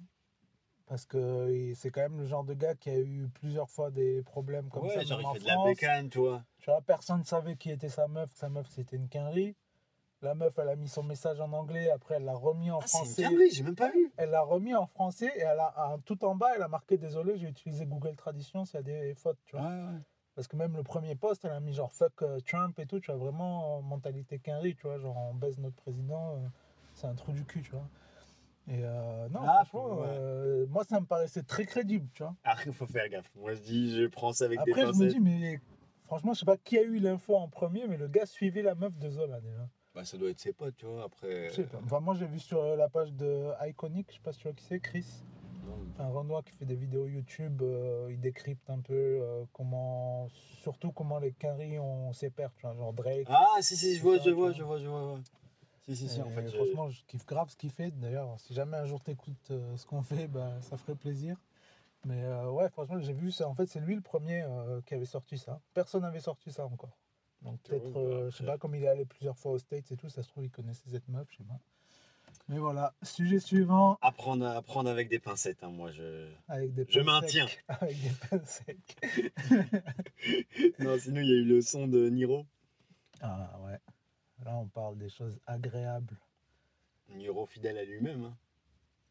E: Parce que euh, il- c'est quand même le genre de gars qui a eu plusieurs fois des problèmes comme
C: ouais,
E: ça.
C: genre,
E: même
C: il
E: en
C: fait de la
E: France.
C: bécane, tu vois.
E: Tu vois, personne ne savait qui était sa meuf. Sa meuf, c'était une quinrie. La meuf, elle a mis son message en anglais. Après, elle l'a remis en
C: Ah, c'est une
E: français.
C: connerie, j'ai même pas vu.
E: Elle l'a remis en français et elle a, en- tout en bas, elle a marqué Désolé, j'ai utilisé Google Tradition s'il y a des fautes. Tu vois. Parce que même le premier poste, elle a mis genre fuck euh, Trump et tout, tu vois, vraiment euh, mentalité Kerry, tu vois, genre on baisse notre président, euh, c'est un trou du cul, tu vois. Et euh, non,
C: Ah,
E: franchement,
C: faut- ouais.
E: euh, moi ça me paraissait très crédible, tu vois.
C: Après, faut faire gaffe. Moi, je dis, je prends ça avec des
E: Après, je me
C: pincettes.
E: dis, mais franchement, je sais pas qui a eu l'info en premier, mais le gars suivait la meuf de Zola déjà.
C: Bah, ça doit être ses potes, tu vois. Après.
E: euh, Je sais pas. Enfin, moi j'ai vu sur euh, la page de Iconic, je sais pas si tu vois qui c'est, Chris.
C: Non,
E: un Renoir qui fait des vidéos YouTube, euh, il décrypte un peu euh, comment, surtout comment les Quinry ont sépare, tu vois, genre Drake.
C: Ah, si, si, je vois, je vois, je vois, je vois. ouais. Si, si, si,
E: Et
C: en fait. je-
E: franchement, je kiffe grave ce qu'il fait. D'ailleurs, si jamais un jour t'écoutes euh, ce qu'on fait, bah, ça ferait plaisir. Mais euh, ouais, franchement, j'ai vu ça. En fait, c'est lui le premier euh, qui avait sorti ça. Personne n'avait sorti ça encore. Donc
C: Ouais,
E: peut-être,
C: bah,
E: euh, je sais
C: après.
E: pas, comme il est allé plusieurs fois aux States et tout, ça se trouve, il connaissait cette meuf, je sais pas. Mais voilà, sujet suivant.
C: Apprendre, apprendre avec des pincettes, hein, moi, je.
E: Avec des
C: Je
E: pains
C: maintiens.
E: secs. Avec des pains secs.
C: non, sinon, il y a eu le son de Niro.
E: Ah ouais. Là, on parle des choses agréables.
C: Niro fidèle à lui-même. Hein.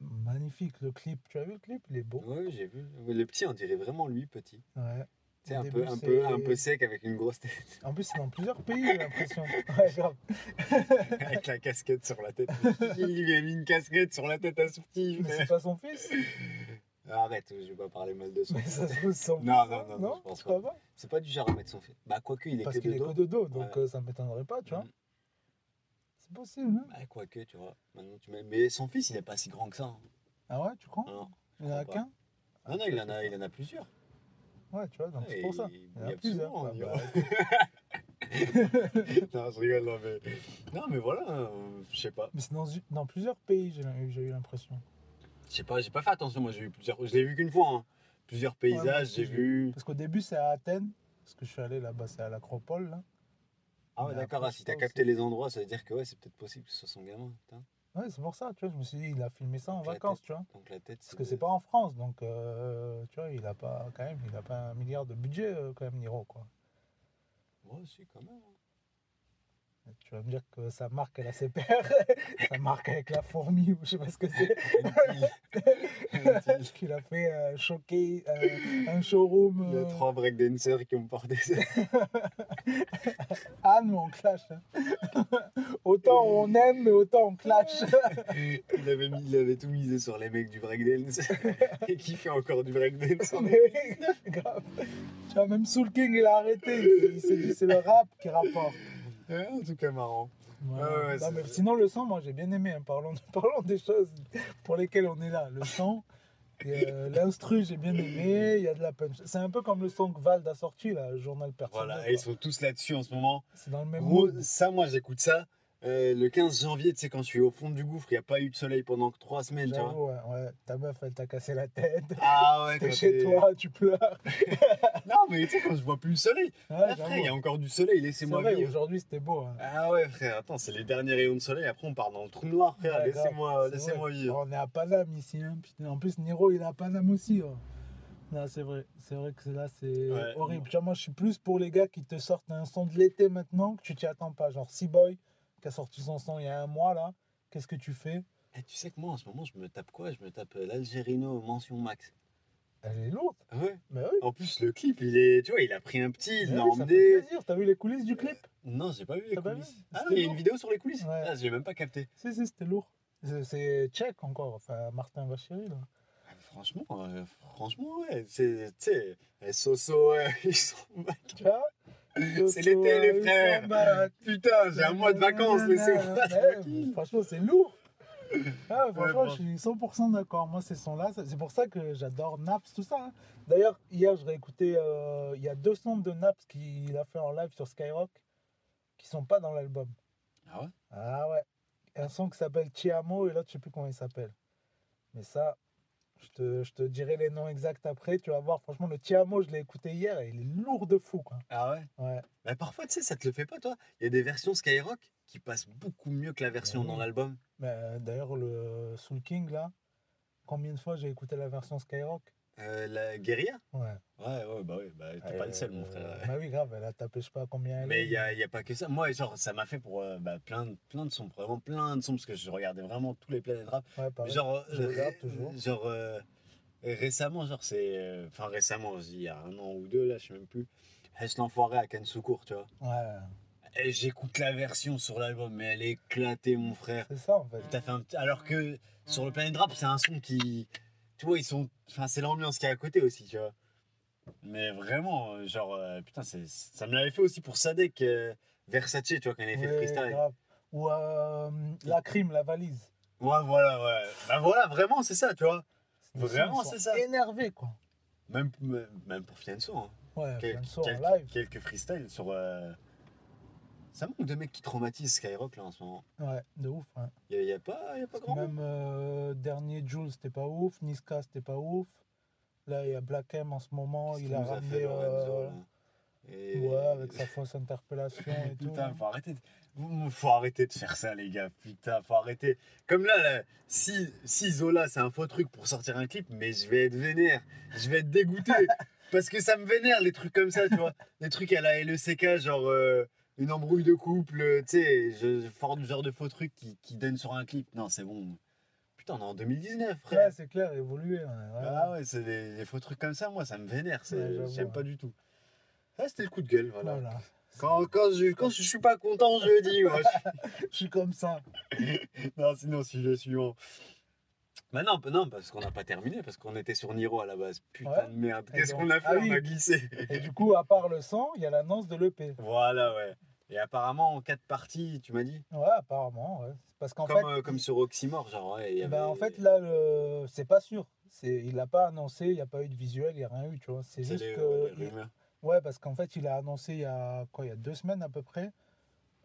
E: Magnifique, le clip. Tu as vu le clip Il est beau.
C: Ouais, j'ai vu. Ouais, Le petit, on dirait vraiment lui, petit.
E: Ouais.
C: Tu sais,
E: Au
C: un
E: début,
C: peu, un, peu,
E: c'est-
C: un peu sec avec une grosse tête,
E: En plus, c'est dans plusieurs pays, j'ai l'impression. Ouais, grave.
C: avec la casquette sur la tête. il lui a mis une casquette sur la tête à ce petit.
E: Mais c'est pas son fils
C: Arrête, je vais pas parler mal de son.
E: Mais ça se trouve, c'est son
C: Non,
E: fils,
C: non,
E: hein,
C: non, je pense
E: tu
C: pas.
E: crois pas
C: C'est pas du genre à mettre son fait. Bah, quoique, il est
E: Parce
C: que
E: qu'il
C: de
E: est que
C: dos.
E: de dos, donc
C: Ouais.
E: euh, ça m'étonnerait pas, tu vois.
C: Mm.
E: C'est possible, hein
C: Bah, quoique, tu vois. Maintenant, tu mets- Mais son fils, il est pas si grand que ça. hein.
E: Ah ouais, tu crois
C: Non,
E: Il n'y en a
C: crois pas.
E: qu'un
C: non, non, il, en a, il en a plusieurs.
E: Ouais, tu vois, donc c'est
C: Et
E: pour ça.
C: il-
E: Il y en
C: il y
E: a
C: a
E: plusieurs.
C: absolument,
E: Bah,
C: il y
E: bah,
C: aura- non, je rigole, non, mais. Non, mais voilà, euh, je sais pas.
E: Mais c'est dans, dans plusieurs pays, j'ai j'ai eu l'impression.
C: Je sais pas, j'ai pas fait attention. Moi, j'ai vu plusieurs. Je l'ai vu qu'une fois. hein. Plusieurs paysages,
E: aussi, je
C: j'ai
E: l'ai
C: vu.
E: Parce qu'au début, c'est à Athènes. Parce que je suis allé là-bas, c'est à l'Acropole, là.
C: Ah ouais,
E: Mais
C: d'accord.
E: après,
C: ah,
E: je
C: si t'as
E: pense
C: capté les endroits, ça veut dire que ouais, c'est peut-être possible que ce soit son gamin. putain.
E: Ouais, c'est pour ça, tu vois. Je me suis dit, il a filmé ça en
C: Donc, la
E: vacances,
C: tête-
E: tu vois.
C: Donc la tête.
E: Parce que c'est pas en France, donc euh, tu vois, il a pas quand même, il a pas un milliard de budget euh, quand même Niro quoi.
C: Moi aussi, quand même. hein.
E: Tu vas me dire que sa marque elle a ses pères, sa marque avec la fourmi ou je sais pas ce que c'est,
C: hein. Until-
E: qu'il a fait euh, choquer euh, un showroom.
C: Il y a
E: euh,
C: trois breakdancers qui ont porté ça.
E: Ah nous on clash. hein. autant on aime mais autant on clash.
C: Il avait, mis, il avait tout misé sur les mecs du breakdance. Et qui fait encore du breakdance en
E: Mais oui, grave. Tu vois même Soul King il a arrêté, il s'est dit c'est le rap qui rapporte. euh,
C: Ouais, en tout cas marrant.
E: Voilà.
C: Ouais, ouais,
E: Non,
C: c'est
E: mais
C: vrai.
E: sinon, le sang, moi j'ai bien aimé. hein. Parlons, parlons des choses pour lesquelles on est là. Le sang, et, euh, l'instru, j'ai bien aimé. Il y a de la punch. C'est un peu comme le son que Vald a sorti, là, le journal personnel.
C: Voilà,
E: quoi.
C: et ils sont tous là-dessus en ce moment.
E: C'est dans le même
C: Gros,
E: mood.
C: ça, moi, j'écoute ça. euh, le 15 janvier, tu sais, quand je suis au fond du gouffre, il n'y a pas eu de soleil pendant que trois semaines, tu vois.
E: J'avoue, ouais, ouais. Ta meuf, elle t'a cassé la tête.
C: Ah ouais,
E: T'es
C: quand
E: chez
C: t'es-
E: toi, tu pleures.
C: Non, mais tu sais, quand je vois plus le soleil.
E: Ouais,
C: Ah,
E: j'avoue.
C: frère, il y a encore du soleil,
E: C'est
C: laissez-moi
E: vrai,
C: vivre.
E: aujourd'hui c'était beau. hein.
C: Ah ouais, frère, attends, c'est les derniers rayons de soleil. Après, on part dans le trou noir, frère.
E: Ouais, grave,
C: Laissez-moi
E: c'est
C: laissez-moi
E: vrai.
C: vivre.
E: On est à Paname ici. hein, putain. En plus, Niro, il est à Paname aussi. hein. Non, c'est vrai. C'est vrai que c'est- là, c'est
C: Ouais.
E: horrible. Tu vois, moi, je suis plus pour les gars qui te sortent un son de l'été maintenant que tu t'y attends pas. Genre C-Boy, qui a sorti son son il y a un mois, là. Qu'est-ce que tu fais
C: Eh, tu sais que moi, en ce moment, je me tape quoi Je me tape euh, l'Algérino mention max.
E: Elle est lourde.
C: Ouais.
E: Mais Ah Bah oui.
C: En plus, le clip, il est, tu vois, il a pris un petit, il
E: mais
C: l'a
E: oui, ça
C: emmené.
E: fait plaisir. T'as vu les coulisses du clip
C: Non, j'ai pas vu les
E: T'as pas vu
C: coulisses. Ah,
E: C'était
C: il y a
E: lourd.
C: une vidéo sur les coulisses
E: Ouais.
C: Ah, j'ai même pas capté.
E: Si, si, c'était lourd. C'est- C'est tchèque encore. Enfin, Martin Vachiri, là.
C: Ah, Franchement, euh, franchement, ouais. C'est, tu sais, eh, Soso, ouais, ils sont.
E: Tu vois
C: C'est l'été, les frères.
E: Samba,
C: Putain, j'ai un mois de vacances, laissez-moi
E: Ouais,
C: tranquille.
E: Ah, mais Franchement, c'est lourd. Ah, franchement,
C: Ouais,
E: je suis 100% d'accord. Moi, ces sons-là, ça- c'est pour ça que j'adore Naps, tout ça. hein. D'ailleurs, hier, je réécoutais. euh, Il y a deux sons de Naps qu'il a fait en live sur Skyrock qui sont pas dans l'album.
C: Ah ouais
E: Ah ouais. Un son qui s'appelle Chiamo et l'autre, je sais plus comment il s'appelle. Mais ça, je te, je te dirai les noms exacts après. Tu vas voir, franchement, le Chiamo, je l'ai écouté hier et il est lourd de fou, quoi.
C: Ah ouais
E: Ouais.
C: Bah parfois, tu sais, ça te le fait pas, toi. Il y a des versions Skyrock qui passent beaucoup mieux que la version
E: Ouais.
C: dans l'album.
E: Mais euh, d'ailleurs, le Soul King, là, combien de fois j'ai écouté la version Skyrock
C: Euh, la guérilla
E: Ouais.
C: Ouais, ouais, bah ouais, bah t'es pas le seul, mon
E: Euh,
C: frère.
E: Bah oui, grave, elle a tapé, je sais pas combien elle
C: Mais
E: est.
C: il n'y a, y a pas que ça. Moi, genre, ça m'a fait pour euh, bah, plein, de- plein de sons, vraiment plein de sons, parce que je regardais vraiment tous les planètes rap.
E: Ouais, pareil.
C: genre,
E: je
C: euh,
E: regarde
C: ré-
E: toujours.
C: genre euh, récemment, genre, c'est. euh, Enfin, récemment, je dis, il y a un an ou deux, là, je sais même plus. Hess l'enfoiré à Cannes Soucourt, tu vois.
E: Ouais,
C: Et j'écoute la version sur l'album, mais elle est éclatée, mon frère.
E: c'est ça en fait.
C: Il t'a fait un petit- Alors que sur le planète rap, c'est un son qui. Tu vois, ils sont. Enfin, c'est l'ambiance qui est à côté aussi, tu vois. Mais vraiment, euh, genre, euh, putain, c'est- ça me l'avait fait aussi pour Sadek euh, Versace, tu vois, quand il avait fait le
E: Ouais,
C: freestyle.
E: grave. Ou euh, la crime, la valise.
C: Ouais, voilà, ouais. Bah voilà, vraiment, c'est ça, tu vois.
E: Le son,
C: Vraiment,
E: ils
C: c'est
E: sont
C: ça
E: Énervé, quoi.
C: Même, même même pour Fianso. Hein.
E: Ouais,
C: Quel-
E: Fianso en
C: quel-
E: live.
C: Quelques freestyles sur. euh, Ça manque de mecs qui traumatisent Skyrock là en ce moment.
E: Ouais, de ouf. ouais.
C: Il n'y a, pas, y a pas grand monde.
E: Même euh, dernier Jules, c'était pas ouf. Niska, c'était pas ouf. Là, il y a Black M en ce moment.
C: Qu'est-ce
E: Il
C: qu'il
E: a
C: nous
E: ramené.
C: fait, Lorenzo,
E: euh,
C: là Et-
E: ouais, avec sa fausse interpellation et tout.
C: Putain, faut arrêter, de... vous- faut arrêter de faire ça, les gars. Putain, faut arrêter. Comme là, là, si, si Zola, c'est un faux truc pour sortir un clip, mais je vais être vénère. Je vais être dégoûté. parce que ça me vénère, les trucs comme ça, tu vois. Les trucs à la LECK, genre euh, une embrouille de couple, euh, tu sais, je je forme le genre de faux truc qui, qui donne sur un clip. Non, c'est bon. Putain, on est en 2019, frère.
E: Ouais, c'est clair, évoluer. ouais, ouais.
C: Ah ouais, c'est des, des faux trucs comme ça, moi, ça me vénère. c'est-
E: Hein Ouais, j'avoue,
C: J'aime
E: ouais.
C: pas du tout. Ah, c'était le coup de gueule, voilà.
E: Voilà.
C: Quand, quand, je, quand je suis pas content, je le dis, moi.
E: Je suis comme ça.
C: non, sinon, sujet suivant. Bah non, bah non, parce qu'on n'a pas terminé, parce qu'on était sur Niro à la base. Putain
E: Ouais.
C: de merde,
E: Et
C: qu'est-ce
E: donc-
C: qu'on a fait
E: ah
C: On
E: oui.
C: a glissé.
E: Et du coup, à part le sang, il y a l'annonce de l'EP.
C: voilà, ouais. Et apparemment, en quatre parties, tu m'as dit
E: Ouais, apparemment. ouais. C'est Parce qu'en
C: comme,
E: fait,
C: euh, comme sur Oxymore, genre, ouais. il y
E: bah,
C: avait-
E: en fait, là, le- c'est pas sûr. C'est- Il l'a pas annoncé, il n'y a pas eu de visuel, il n'y a rien eu, tu vois. C'est
C: c'est
E: juste
C: les-
E: que.
C: les rumeurs.
E: Ouais, parce qu'en fait, il a annoncé il y a quoi, il y a deux semaines à peu près,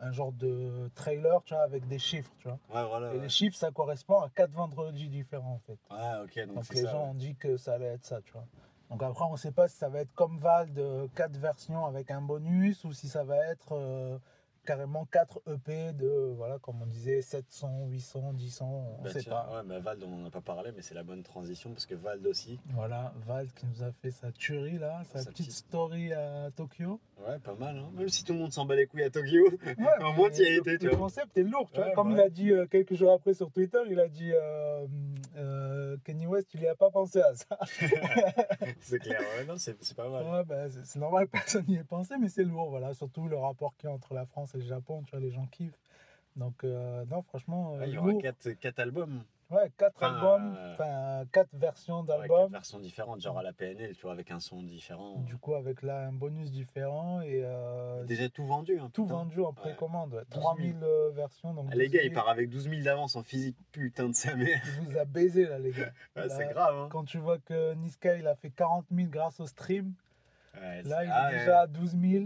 E: un genre de trailer, tu vois, avec des chiffres, tu vois.
C: Ouais, voilà.
E: Et
C: ouais.
E: les chiffres, ça correspond à quatre vendredis différents, en fait.
C: Ouais, ok, donc,
E: Donc
C: c'est
E: les
C: ça.
E: gens ont dit que ça allait être ça, tu vois. Donc après, on ne sait pas si ça va être comme Vald, euh, quatre versions avec un bonus, ou si ça va être euh, carrément quatre EP de, euh, voilà, comme on disait, 700, 800, 10 on ne
C: Bah,
E: sait
C: tiens,
E: pas.
C: Ouais, mais Vald, on n'en a pas parlé, mais c'est la bonne transition, parce que Vald aussi.
E: Voilà, Vald qui nous a fait sa tuerie, là, sa,
C: Sa
E: petite
C: petite-
E: story à Tokyo.
C: Ouais, pas mal, hein. Même si tout le monde s'en bat les couilles à Tokyo.
E: Ouais,
C: Au moins,
E: mais
C: t'y as
E: le-
C: été, tu
E: Le
C: vois.
E: concept est lourd, tu vois.
C: Ouais,
E: Comme
C: bah
E: il
C: ouais.
E: a dit euh, quelques jours après sur Twitter, il a dit euh, euh, Kenny West, il n'y a pas pensé à ça.
C: c'est clair, ouais, non, c'est c'est pas mal.
E: Ouais, bah, c'est c'est normal, personne n'y ait pensé, mais c'est lourd, voilà. Surtout le rapport qu'il y a entre la France et le Japon, tu vois, les gens kiffent. Donc, euh, non, franchement, euh,
C: Ouais, Ah, il y aura
E: lourd.
C: 4 albums.
E: Ouais, quatre
C: enfin,
E: albums,
C: euh,
E: enfin, quatre versions
C: Ouais, quatre
E: d'albums.
C: versions différentes, genre à la PNL, tu vois, avec un son différent.
E: du coup, avec là un bonus différent et euh,
C: Déjà tout vendu. hein,
E: tout
C: putain.
E: vendu en
C: Ouais.
E: précommande. ouais.
C: 12 000.
E: 3000 euh, versions. Donc
C: Ah, les gars,
E: 12
C: il
E: 000.
C: part avec 12 000 d'avance en physique, putain de sa mère.
E: Il vous a baisé, là, les gars.
C: Ouais, c'est
E: Là,
C: grave. Hein.
E: Quand tu vois que Niska il a fait 40 000 grâce au stream,
C: Ouais,
E: là
C: c'est-
E: il est
C: ah,
E: déjà
C: ouais.
E: à 12 000.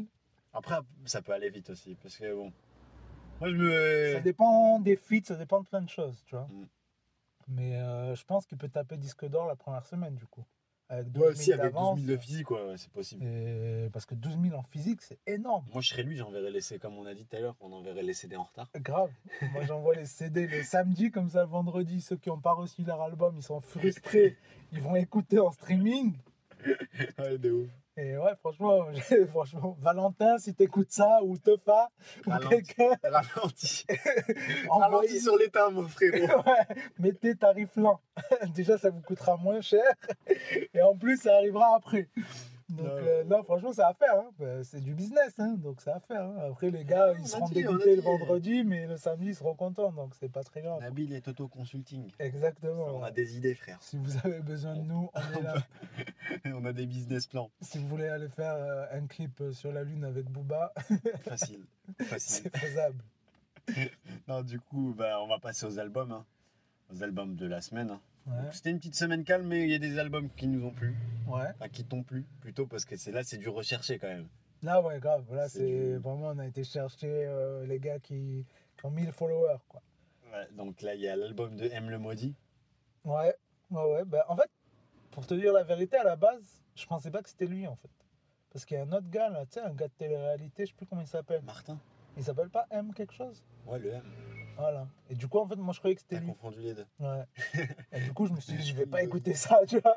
C: Après, ça peut aller vite aussi, parce que bon. Moi, je me.
E: Ça dépend des feats, ça dépend de plein de choses, tu vois.
C: Mm.
E: Mais euh, je pense qu'il peut taper disque d'or la première semaine du coup. Avec 12
C: Moi
E: 000
C: aussi, avec 12
E: d'avance.
C: 000 de physique, ouais, ouais, c'est possible.
E: Et- Parce que 12 000 en physique c'est énorme.
C: Moi, je serais lui, j'enverrais les CD, comme on a dit tout à l'heure, on enverrait les CD en retard.
E: Grave. Moi j'envoie les CD le samedi comme ça le vendredi. Ceux qui n'ont pas reçu leur album ils sont frustrés. Ils vont écouter en streaming.
C: ouais, de ouf.
E: Et ouais franchement, franchement Valentin si t'écoutes ça ou Tefa ou
C: Valentin.
E: quelqu'un.
C: Ralenti.
E: Envoyez-
C: Ralenti sur les timbres, frérot.
E: Ouais, mettez tarif lent. Déjà, ça vous coûtera moins cher. Et en plus, ça arrivera après. Donc,
C: Non.
E: euh, non, franchement, ça à faire. hein. Bah, C'est du business, hein, donc ça à faire. hein. Après, les gars,
C: on
E: ils
C: a
E: seront
C: dit, on a
E: dégoûtés le
C: dit.
E: vendredi, mais le samedi, ils seront contents. Donc, c'est pas très grave.
C: Nabil est Toto Consulting.
E: Exactement.
C: On a des idées, frère.
E: Si vous avez besoin de nous, on est là.
C: on a des business plans.
E: Si vous voulez aller faire euh, un clip euh, sur la Lune avec Booba,
C: Facile. Facile.
E: c'est faisable.
C: Non, du coup, bah, on va passer aux albums. hein. Aux albums de la semaine. hein.
E: Ouais,
C: Donc, C'était une petite semaine calme, mais il y a des albums qui nous ont plu.
E: ouais.
C: Enfin, qui t'ont plu, plutôt, parce que c'est là, c'est du recherché quand même.
E: Là, ouais, grave. Là,
C: C'est
E: c'est
C: du-
E: vraiment, on a été chercher euh, les gars qui, qui ont 1000 followers, quoi.
C: Ouais, donc là, il y a l'album de M le Maudit.
E: Ouais, ouais, ouais. Bah, en fait, pour te dire la vérité, à la base, je pensais pas que c'était lui, en fait. Parce qu'il y a un autre gars, là, tu sais, un gars de télé-réalité, je sais plus comment il s'appelle.
C: Martin
E: Il s'appelle pas M quelque chose
C: Ouais, le M.
E: Voilà. Et du coup, en fait, moi, je croyais que c'était
C: T'as
E: lui.
C: confondu les deux.
E: Ouais. Et du coup, je me suis dit, je vais pas écouter ça, tu vois.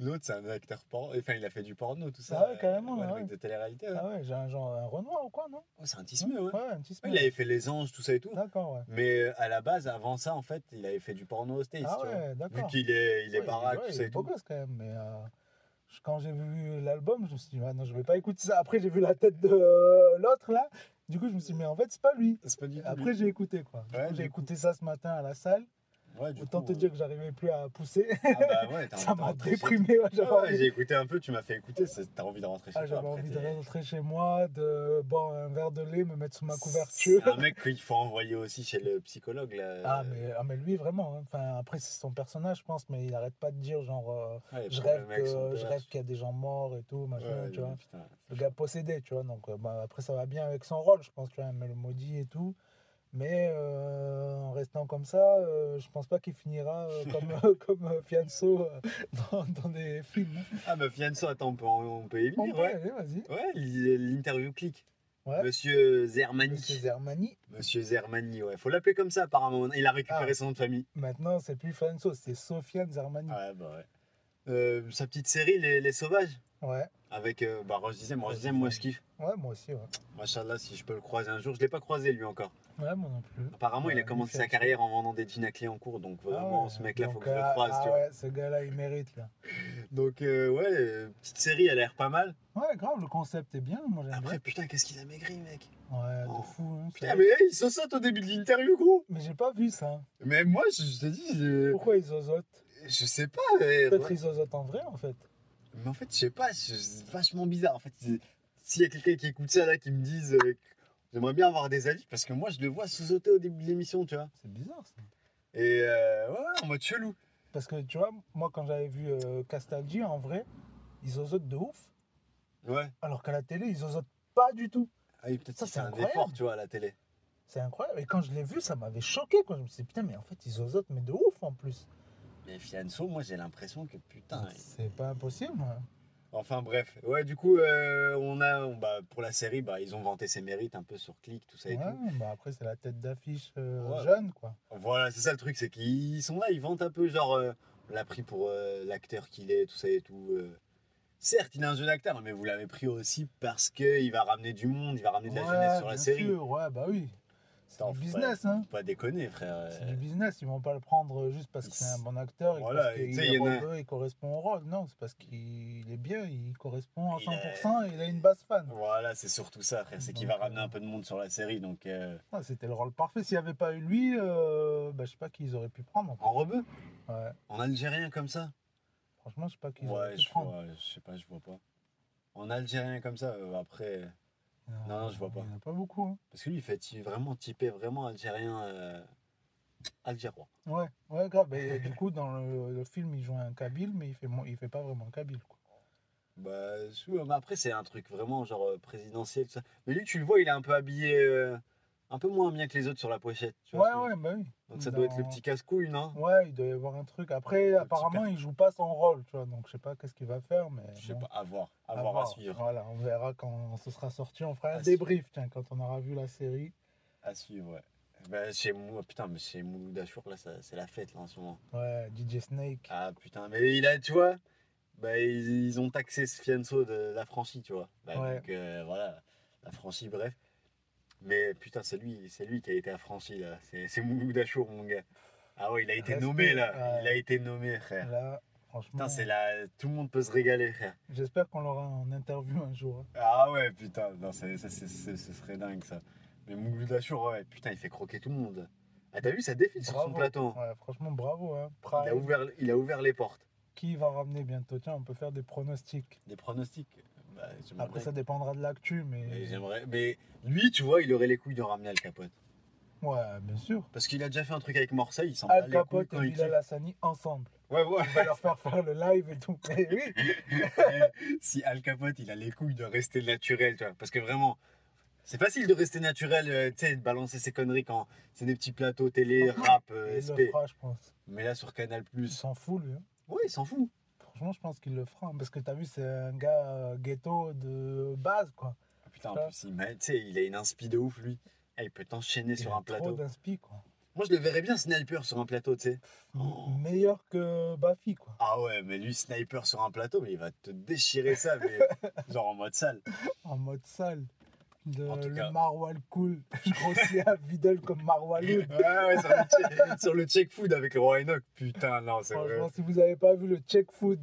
C: L'autre, c'est un acteur porno. Enfin, il a fait du porno, tout ça. euh,
E: Ah ouais, carrément,
C: Ouais, le
E: ouais.
C: mec de télé-réalité. ouais.
E: Ah ouais, j'ai un genre, un Renoir ou quoi, non
C: Oh, c'est un tismeux, ouais.
E: Ouais, un petit
C: Ouais,
E: smile.
C: Il avait fait Les Anges, tout ça et tout.
E: D'accord, ouais.
C: Mais euh, à la base, avant ça, en fait, il avait fait du porno au States.
E: Ah
C: tu vois.
E: ouais,
C: Vu
E: d'accord.
C: qu'il est, il est
E: Ouais,
C: baraque,
E: ouais,
C: tout
E: il
C: ça
E: est
C: et
E: beau
C: tout.
E: gosse, quand même, mais... euh, je- Quand j'ai vu l'album, je me suis dit, ah non, je vais pas écouter ça. Après, j'ai vu la tête de euh, l'autre là. Du coup, je me suis dit, mais en fait, c'est pas lui.
C: C'est pas du tout.
E: Après, j'ai écouté quoi. Du
C: Ouais,
E: coup,
C: du
E: j'ai
C: coup.
E: écouté ça ce matin à la salle.
C: lui. Ouais, du
E: Autant
C: coup,
E: te
C: euh,
E: dire que j'arrivais plus à pousser.
C: ah bah ouais, t'as-
E: ça
C: t'as
E: m'a
C: envie de rentrer chez
E: déprimé. ouais,
C: toi.
E: j'avais
C: Ah ouais,
E: envie-
C: J'ai écouté un peu, tu m'as fait écouter, c'est- t'as envie de rentrer chez
E: ah,
C: toi.
E: j'avais
C: après,
E: envie de
C: t'es-
E: rentrer chez moi, de boire un verre de lait, me mettre sous ma couverture.
C: C'est un mec qu'il faut envoyer aussi chez le psychologue. Là.
E: Ah mais, ah, mais lui, vraiment. hein. Enfin, après, c'est son personnage, je pense, mais il arrête pas de dire genre, euh,
C: Ouais,
E: je,
C: prends le
E: rêve
C: mec, son
E: que- je
C: père.
E: rêve qu'il y a des gens morts et tout, machin,
C: Ouais,
E: tu vois.
C: putain.
E: Le gars possédé, tu vois. Donc, euh, bah, après, ça va bien avec son rôle, je pense, tu vois, mais le maudit et tout. Mais euh, en restant comme ça, euh, je pense pas qu'il finira euh, comme, euh, comme euh, Fianso euh, dans, dans des films. hein.
C: Ah bah Fianso, attends, on peut, on peut y
E: On
C: venir,
E: peut
C: ouais.
E: aller, vas-y.
C: Ouais, l'interview clique.
E: Ouais.
C: Monsieur Zermani.
E: Monsieur Zermani.
C: Monsieur Zermani, ouais. Faut l'appeler comme ça, apparemment. Il a récupéré
E: Ah. Mm.
C: son nom de famille.
E: Maintenant, c'est plus Fianso, c'est Sofiane Zermani.
C: Ouais, bah ouais. Euh, sa petite série, Les, Les Sauvages,
E: Ouais.
C: avec euh, bah, Roche Dizem. Roche
E: Roche
C: Dizem, moi, je
E: Dizem.
C: kiffe.
E: Ouais, moi aussi, ouais.
C: Machallah, si je peux le croiser un jour. Je l'ai pas croisé, lui, encore.
E: Ouais, moi non plus.
C: Apparemment, il a
E: Ouais,
C: commencé sa
E: nickel.
C: carrière en vendant des jeans à Cléancourt, donc vraiment,
E: Ah ouais,
C: ce mec-là, faut
E: donc,
C: que je le
E: ah,
C: croise,
E: ah
C: tu vois.
E: ouais, ce gars-là, il mérite, là.
C: Donc, euh, ouais, euh, petite série, elle a l'air pas mal.
E: Ouais, grave, le concept est bien, moi j'aime bien.
C: Après, putain, qu'est-ce qu'il a maigri, mec.
E: Ouais,
C: Oh.
E: de fou, hein,
C: Putain,
E: ça.
C: mais hey, il se saute au début de l'interview, gros.
E: Mais j'ai pas vu ça.
C: Mais moi, je, je te dis, je,
E: Pourquoi ils zozotent
C: je sais pas. mais-
E: Peut-être ils zozotent en vrai, en fait.
C: Mais en fait, je sais pas, je- c'est vachement bizarre. En fait, c'est- s'il y a quelqu'un qui écoute ça là, qui me dise, euh, que- j'aimerais bien avoir des avis, parce que moi, je le vois sous-sauter au début de l'émission, tu vois.
E: C'est bizarre, ça.
C: Et euh, ouais, en mode chelou.
E: Parce que, tu vois, moi, quand j'avais vu euh, Castaldi, en vrai, ils zozotent de ouf,
C: Ouais.
E: alors qu'à la télé, ils zozotent pas du tout.
C: Ah oui, peut-être
E: Ça,
C: qu'il fait
E: c'est
C: un
E: incroyable.
C: effort, tu vois, à la télé.
E: C'est incroyable. Et quand je l'ai vu, ça m'avait choqué, quoi. Je me suis dit, putain, mais en fait, ils zozotent, mais de ouf, en plus.
C: Mais Fianso, moi, j'ai l'impression que putain. il-
E: C'est pas impossible, hein. moi.
C: Enfin, bref. Ouais, du coup, euh, on a, on- bah, pour la série, bah, ils ont vanté ses mérites un peu sur Click, tout ça et
E: Ouais,
C: tout.
E: bah après, c'est la tête d'affiche euh,
C: Ouais.
E: jeune, quoi.
C: Voilà, c'est ça le truc, c'est qu'ils sont là, ils vantent un peu, genre, euh, on l'a pris pour euh, l'acteur qu'il est, tout ça et tout. euh. Certes, il est un jeune acteur, mais vous l'avez pris aussi parce qu'il va ramener du monde, il va ramener de la
E: Ouais,
C: jeunesse sur la
E: bien
C: série.
E: sûr, ouais, bah oui. C'est
C: Attends,
E: du
C: faut
E: business, hein.
C: Pas déconner, frère. euh.
E: C'est du business, ils vont pas le prendre juste parce que c'est un bon acteur et
C: Voilà,
E: parce
C: et tu
E: qu'il
C: sais, il y
E: est
C: en a-
E: heureux, il correspond au rôle. Non, c'est parce qu'il est bien, il correspond à
C: Il a-
E: 100% et il a une base fan.
C: Voilà, c'est surtout ça, frère. C'est qu'il va
E: Donc, euh,
C: ramener un peu de monde sur la série, donc. euh,
E: Ah, C'était le rôle parfait. S'il n'y avait pas eu lui, euh, bah, je sais pas qui ils auraient pu prendre. en fait.
C: En rebeu
E: Ouais,
C: En algérien comme ça
E: franchement, je sais pas qui ils auraient
C: Ouais,
E: pu
C: je,
E: prendre.
C: vois, je sais pas, je vois pas. En algérien comme ça, euh, après. Non, non, je vois pas.
E: Il n'y en a pas beaucoup. hein.
C: Parce que lui, il fait ty- vraiment typé, vraiment algérien. euh, Algérois.
E: Ouais, ouais, grave. Et du coup, dans le, le film, il joue un Kabyle, mais il fait, mo- il fait pas vraiment Kabyle. Quoi.
C: Bah, si, ouais, mais après, c'est un truc vraiment genre euh, présidentiel, tout ça. Mais lui, tu le vois, il est un peu habillé, euh, un peu moins bien que les autres sur la pochette. tu vois ce que je
E: Ouais,
C: veux
E: ouais, bah oui.
C: dire Donc ça doit être le
E: Dans-
C: petit casse-couille, non
E: Ouais, il doit y avoir un truc. Après,
C: petit
E: apparemment, il joue pas son rôle, tu vois. Donc, je sais pas qu'est-ce qu'il va faire, mais.
C: Je sais
E: bon,
C: pas, à voir, à,
E: à
C: voir, à
E: voir.
C: suivre.
E: Voilà, on verra quand ce sera sorti. On fera
C: À
E: un
C: suivre.
E: débrief, tiens, quand on aura vu la série.
C: À suivre, ouais. Bah, chez moi, putain, mais chez Mouloud Achour, là, ça- c'est la fête, là, en ce moment.
E: Ouais, DJ Snake.
C: Ah, putain, mais il a, tu vois, bah, ils, ils ont taxé ce fianso de la franchise, tu vois. Bah,
E: Ouais.
C: Donc, euh, voilà, la franchise, bref. Mais putain, c'est lui, c'est lui qui a été affranchi, là. C'est c'est Mouloud Achour, mon gars. Ah ouais, il a été
E: Respect,
C: nommé, là.
E: ouais.
C: Il a été nommé, frère.
E: Là, franchement.
C: Putain, c'est là, tout le monde peut se régaler, frère.
E: J'espère qu'on l'aura en interview un jour. hein.
C: Ah ouais, putain, non, c'est- ça, c'est- c'est- ce serait dingue ça. Mais Mouloud Achour, ouais, putain, il fait croquer tout le monde. Ah, t'as vu, ça défile sur son
E: Bravo.
C: plateau. hein.
E: Ouais, franchement, bravo. Hein.
C: Il, a
E: Prime,
C: ouvert, il a ouvert les portes.
E: Qui va ramener bientôt Tiens, on peut faire des pronostics.
C: Des pronostics Bah, j'aimerais
E: Après,
C: bien.
E: ça dépendra de l'actu, mais.
C: Mais, j'aimerais- mais lui, tu vois, il aurait les couilles de ramener Al Capote.
E: Ouais, bien sûr.
C: Parce qu'il a déjà fait un truc avec Marseille, il s'en bat
E: Al
C: les couilles
E: Capote
C: quand
E: et
C: il
E: Bilal Hassani ensemble.
C: kiffe. Ouais, ouais.
E: On va leur faire faire le live et tout. Eh oui
C: si Al Capote, il a les couilles de rester naturel, tu vois. Parce que vraiment, c'est facile de rester naturel, euh, tu sais, de balancer ses conneries quand c'est des petits plateaux télé, rap, euh,
E: Il
C: SP.
E: le fera, je pense.
C: Mais là, sur Canal+,
E: Il s'en fout, lui. hein.
C: ouais, il s'en fout.
E: Franchement, je pense qu'il le fera. hein, Parce que t'as vu, c'est un gars euh, ghetto de base, quoi.
C: Ah, putain, en
E: Ça.
C: plus, il, m'a- tu sais, il a une inspi de ouf, lui. Eh, il peut t'enchaîner
E: Il
C: sur
E: a
C: un plateau.
E: Trop d'inspi, quoi.
C: Moi, je le verrais bien sniper sur un plateau, tu sais. Oh.
E: Meilleur que Bafi, quoi.
C: Ah ouais, mais lui, sniper sur un plateau, mais il va te déchirer ça, mais genre en mode sale.
E: En mode sale. De
C: En tout
E: le
C: cas.
E: Marwal cool. Je grossis à Vidal comme
C: ouais,
E: Marwaloud.
C: ouais, sur le, check, sur le check food avec le roi Enoch. Putain, non, c'est vrai.
E: Franchement, si vous n'avez pas vu le check food,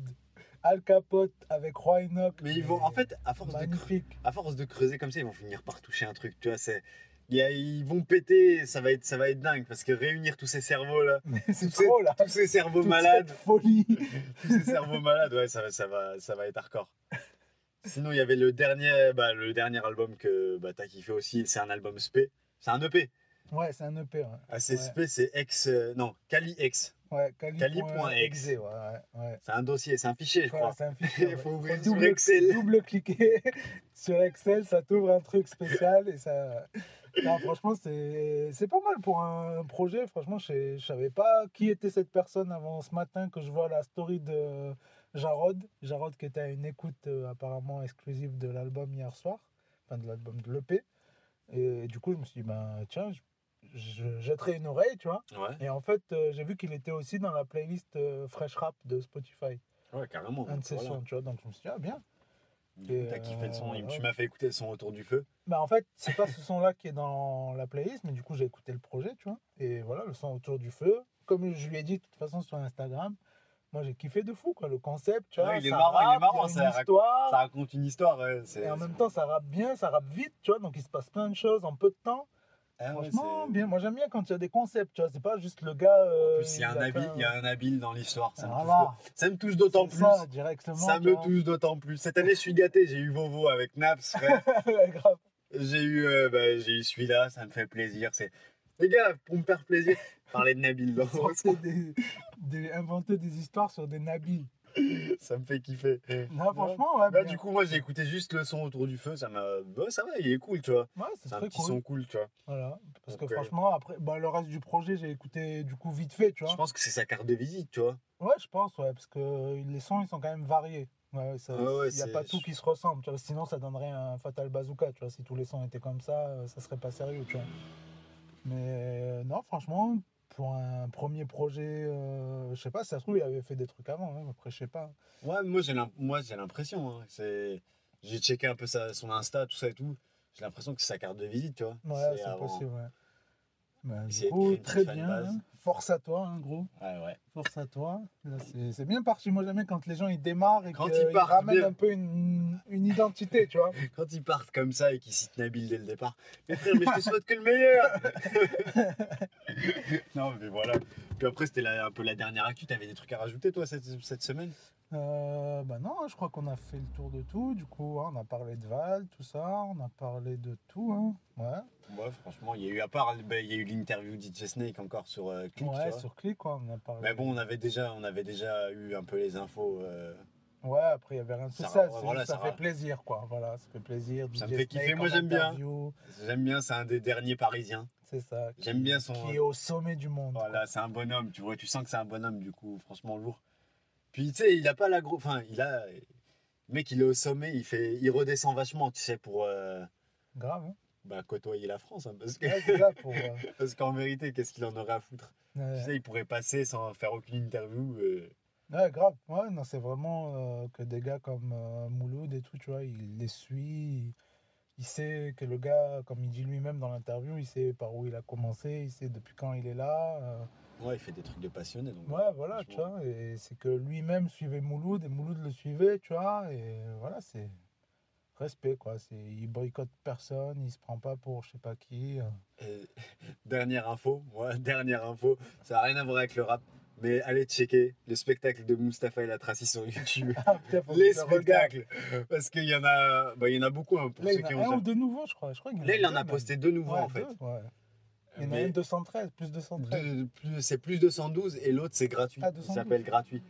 E: Al Capote avec Roy Enoch. Bah,
C: Mais ils vont, en fait, à force de, creu-
E: Magnifique.
C: à force de creuser comme ça, ils vont finir par toucher un truc. Tu vois, c'est il y a- ils vont péter, ça va, être, ça va être dingue, parce que réunir tous ces cerveaux là,
E: Mais c'est
C: Toutes ces-
E: trop là.
C: tous ces cerveaux
E: Toute
C: malades,
E: cette folie.
C: tous ces cerveaux malades, ouais, ça va, ça va, ça va être hardcore. Sinon, il y avait le dernier, bah, le dernier album que bah, t'as kiffé aussi, c'est un album spé, c'est un EP.
E: Ouais, c'est un E hein. EP. Ouais,
C: Ah, c'est spé, c'est ex, euh, non, Cali X.
E: ouais Cali.exe,
C: Cali.exe.
E: Ouais, ouais, ouais.
C: C'est un dossier, c'est un fichier, je
E: Voilà,
C: crois.
E: c'est un fichier.
C: Il
E: ouais.
C: faut ouvrir
E: Faut
C: sur
E: double,
C: Excel.
E: double cliquer sur Excel, ça t'ouvre un truc spécial et ça. Non, franchement, c'est c'est pas mal pour un projet. Franchement, je sais- je savais pas qui était cette personne avant ce matin que je vois la story de Jarod. Jarod qui était à une écoute euh, apparemment exclusive de l'album hier soir, enfin de l'album de l'EP. Et du coup, je me suis dit, ben tiens, je, je jetterai une oreille, tu vois.
C: Ouais,
E: Et en fait, euh, j'ai vu qu'il était aussi dans la playlist euh, Fresh Rap de Spotify,
C: ouais, carrément.
E: un de ses
C: Voilà.
E: sons, tu vois. Donc je me suis dit, ah bien.
C: Du coup, T'as kiffé le son,
E: Euh,
C: tu
E: ouais.
C: m'as fait écouter le son autour du feu.
E: Bah en fait, c'est pas ce son-là qui est dans la playlist, mais du coup, j'ai écouté le projet, tu vois. Et voilà, le son autour du feu. Comme je lui ai dit, de toute façon, sur Instagram, moi, j'ai kiffé de fou, quoi. Le concept, tu
C: Ouais,
E: vois.
C: il est
E: ça
C: marrant, il est
E: rappe,
C: marrant,
E: y a
C: ça rac-
E: une histoire.
C: Ça raconte une histoire, ouais, c'est
E: et en même temps, ça rappe bien, ça rappe vite, tu vois. Donc, il se passe plein de choses en peu de temps.
C: Ah ouais,
E: Franchement,
C: c'est-
E: bien. Moi, j'aime bien quand il y a des concepts, tu vois. C'est pas juste le gars.
C: En
E: euh,
C: plus, il y a un
E: a
C: habile,
E: fait Ah,
C: il y a un habile dans l'histoire. Ça, me touche
E: Voilà.
C: d'au- ça me touche d'autant
E: C'est
C: plus.
E: Ça, directement.
C: Ça
E: tu
C: me
E: vois.
C: touche d'autant plus. Cette année, je suis gâté. J'ai eu Vovo avec Naps. frère.
E: Grave.
C: j'ai eu, euh, bah, j'ai eu celui-là. Ça me fait plaisir. C'est les gars pour me faire plaisir. Parler de Nabil, dans-
E: Sortez des- des- inventer des histoires sur des nabis.
C: ça me fait kiffer.
E: Non, franchement, ouais.
C: Là,
E: bien.
C: du coup, moi, j'ai écouté juste le son autour du feu. Ça m'a, bah, ça va, il est cool, tu vois.
E: Ouais, c'est
C: C'est un
E: très
C: petit
E: cool.
C: son cool, tu vois.
E: Voilà. Parce
C: Donc,
E: que
C: euh,
E: franchement, après, bah, le reste du projet, j'ai écouté du coup vite fait, tu
C: Je
E: vois.
C: pense que c'est sa carte de visite, tu vois.
E: Ouais, je pense, ouais, parce que euh, les sons, ils sont quand même variés. Ouais, ça-
C: Ouais, ouais,
E: il n'y a
C: c'est-
E: pas tout qui se ressemble, tu vois. Sinon, ça donnerait un Fatal Bazooka, tu vois. Si tous les sons étaient comme ça, euh, ça serait pas sérieux, tu vois. Mais euh, non, franchement, pour un premier projet, euh, je sais pas, si ça se trouve, il avait fait des trucs avant, hein. après, je sais pas.
C: Ouais, moi j'ai l'im- moi j'ai l'impression. hein, c'est, j'ai checké un peu sa, son Insta, tout ça et tout. J'ai l'impression que c'est sa carte de visite, tu vois.
E: Ouais, c'est
C: avant-
E: possible, ouais. Bah, du
C: Essayer de
E: coup,
C: créer une
E: très
C: petite
E: bien.
C: fanbase.
E: hein. Force à toi, hein, gros.
C: Ouais, ouais.
E: Force à toi. Là, c'est- C'est bien parti. Moi, j'aime bien quand les gens ils démarrent et
C: Quand
E: qu'ils
C: ils partent
E: ramènent
C: bien.
E: un peu une, une identité, tu vois.
C: Quand ils partent comme ça et qu'ils citent Nabil dès le départ. Mais frère, mais je te souhaite que le meilleur Non, mais voilà. Puis après, c'était la- un peu la dernière actu. T'avais des trucs à rajouter, toi, cette, cette semaine
E: Euh, bah non, je crois qu'on a fait le tour de tout. Du coup, hein, on a parlé de Val, tout ça. On a parlé de tout. hein. Ouais.
C: Moi, franchement, il y a eu, à part, ben, il y a eu l'interview d'IJ Snake encore sur euh, Click, tu
E: ouais,
C: vois.
E: sur clic, quoi. On a parlé.
C: Mais bon, on avait, déjà, on avait déjà eu un peu les infos. euh,
E: Ouais, après, il y avait rien de tout
C: Ça
E: ça.
C: va,
E: c'est
C: voilà,
E: juste, ça,
C: ça va.
E: fait plaisir, quoi. Voilà, ça fait plaisir.
C: Ça
E: DJ
C: me fait kiffer,
E: Snake
C: moi,
E: en
C: j'aime bien.
E: interview,
C: J'aime bien, c'est un des derniers parisiens.
E: C'est ça. qui-
C: J'aime bien son-
E: Qui est au sommet du monde.
C: Voilà, c'est un bonhomme, tu vois, tu sens que c'est un bonhomme, du coup, franchement lourd. Puis, tu sais, il a pas la grosse. Enfin, il a. Le mec, il est au sommet, il, fait... il redescend vachement, tu sais, pour euh,
E: Grave. hein.
C: bah, côtoyer la France. hein, parce que
E: Ouais, c'est ça pour. euh,
C: parce qu'en vérité, qu'est-ce qu'il en aurait à foutre
E: euh,
C: Tu sais, il pourrait passer sans faire aucune interview. euh,
E: Ouais, grave. Ouais, non, c'est vraiment euh, que des gars comme euh, Mouloud et tout, tu vois, il les suit. Il, il sait que le gars, comme il dit lui-même dans l'interview, il sait par où il a commencé, il sait depuis quand il est là. euh.
C: Ouais, il fait des trucs de passionné. Donc,
E: ouais, voilà, tu
C: franchement,
E: vois. Et c'est que lui-même suivait Mouloud et Mouloud le suivait, tu vois. Et voilà, c'est respect, quoi. C'est, il boycotte personne, il se prend pas pour je sais pas qui. euh.
C: et- Dernière info, ouais, dernière info, ça n'a rien à voir avec le rap, mais allez checker le spectacle de Mustapha El Atrassi sur YouTube.
E: Ah, putain, faut que
C: les
E: je le regarde.
C: spectacles parce qu'il y en a bah, il y en a beaucoup hein, pour
E: Là,
C: ceux
E: il y
C: qui
E: en a un
C: ont
E: ou deux nouveaux, je crois. Je crois qu'il y
C: là il en
E: deux,
C: a
E: même.
C: posté deux nouveaux
E: Ouais,
C: en fait
E: deux, ouais. Il y en a
C: Mais
E: un 213, plus 213.
C: deux- plus- c'est plus 212 et l'autre c'est gratuit
E: Ah,
C: il
E: 212.
C: s'appelle gratuit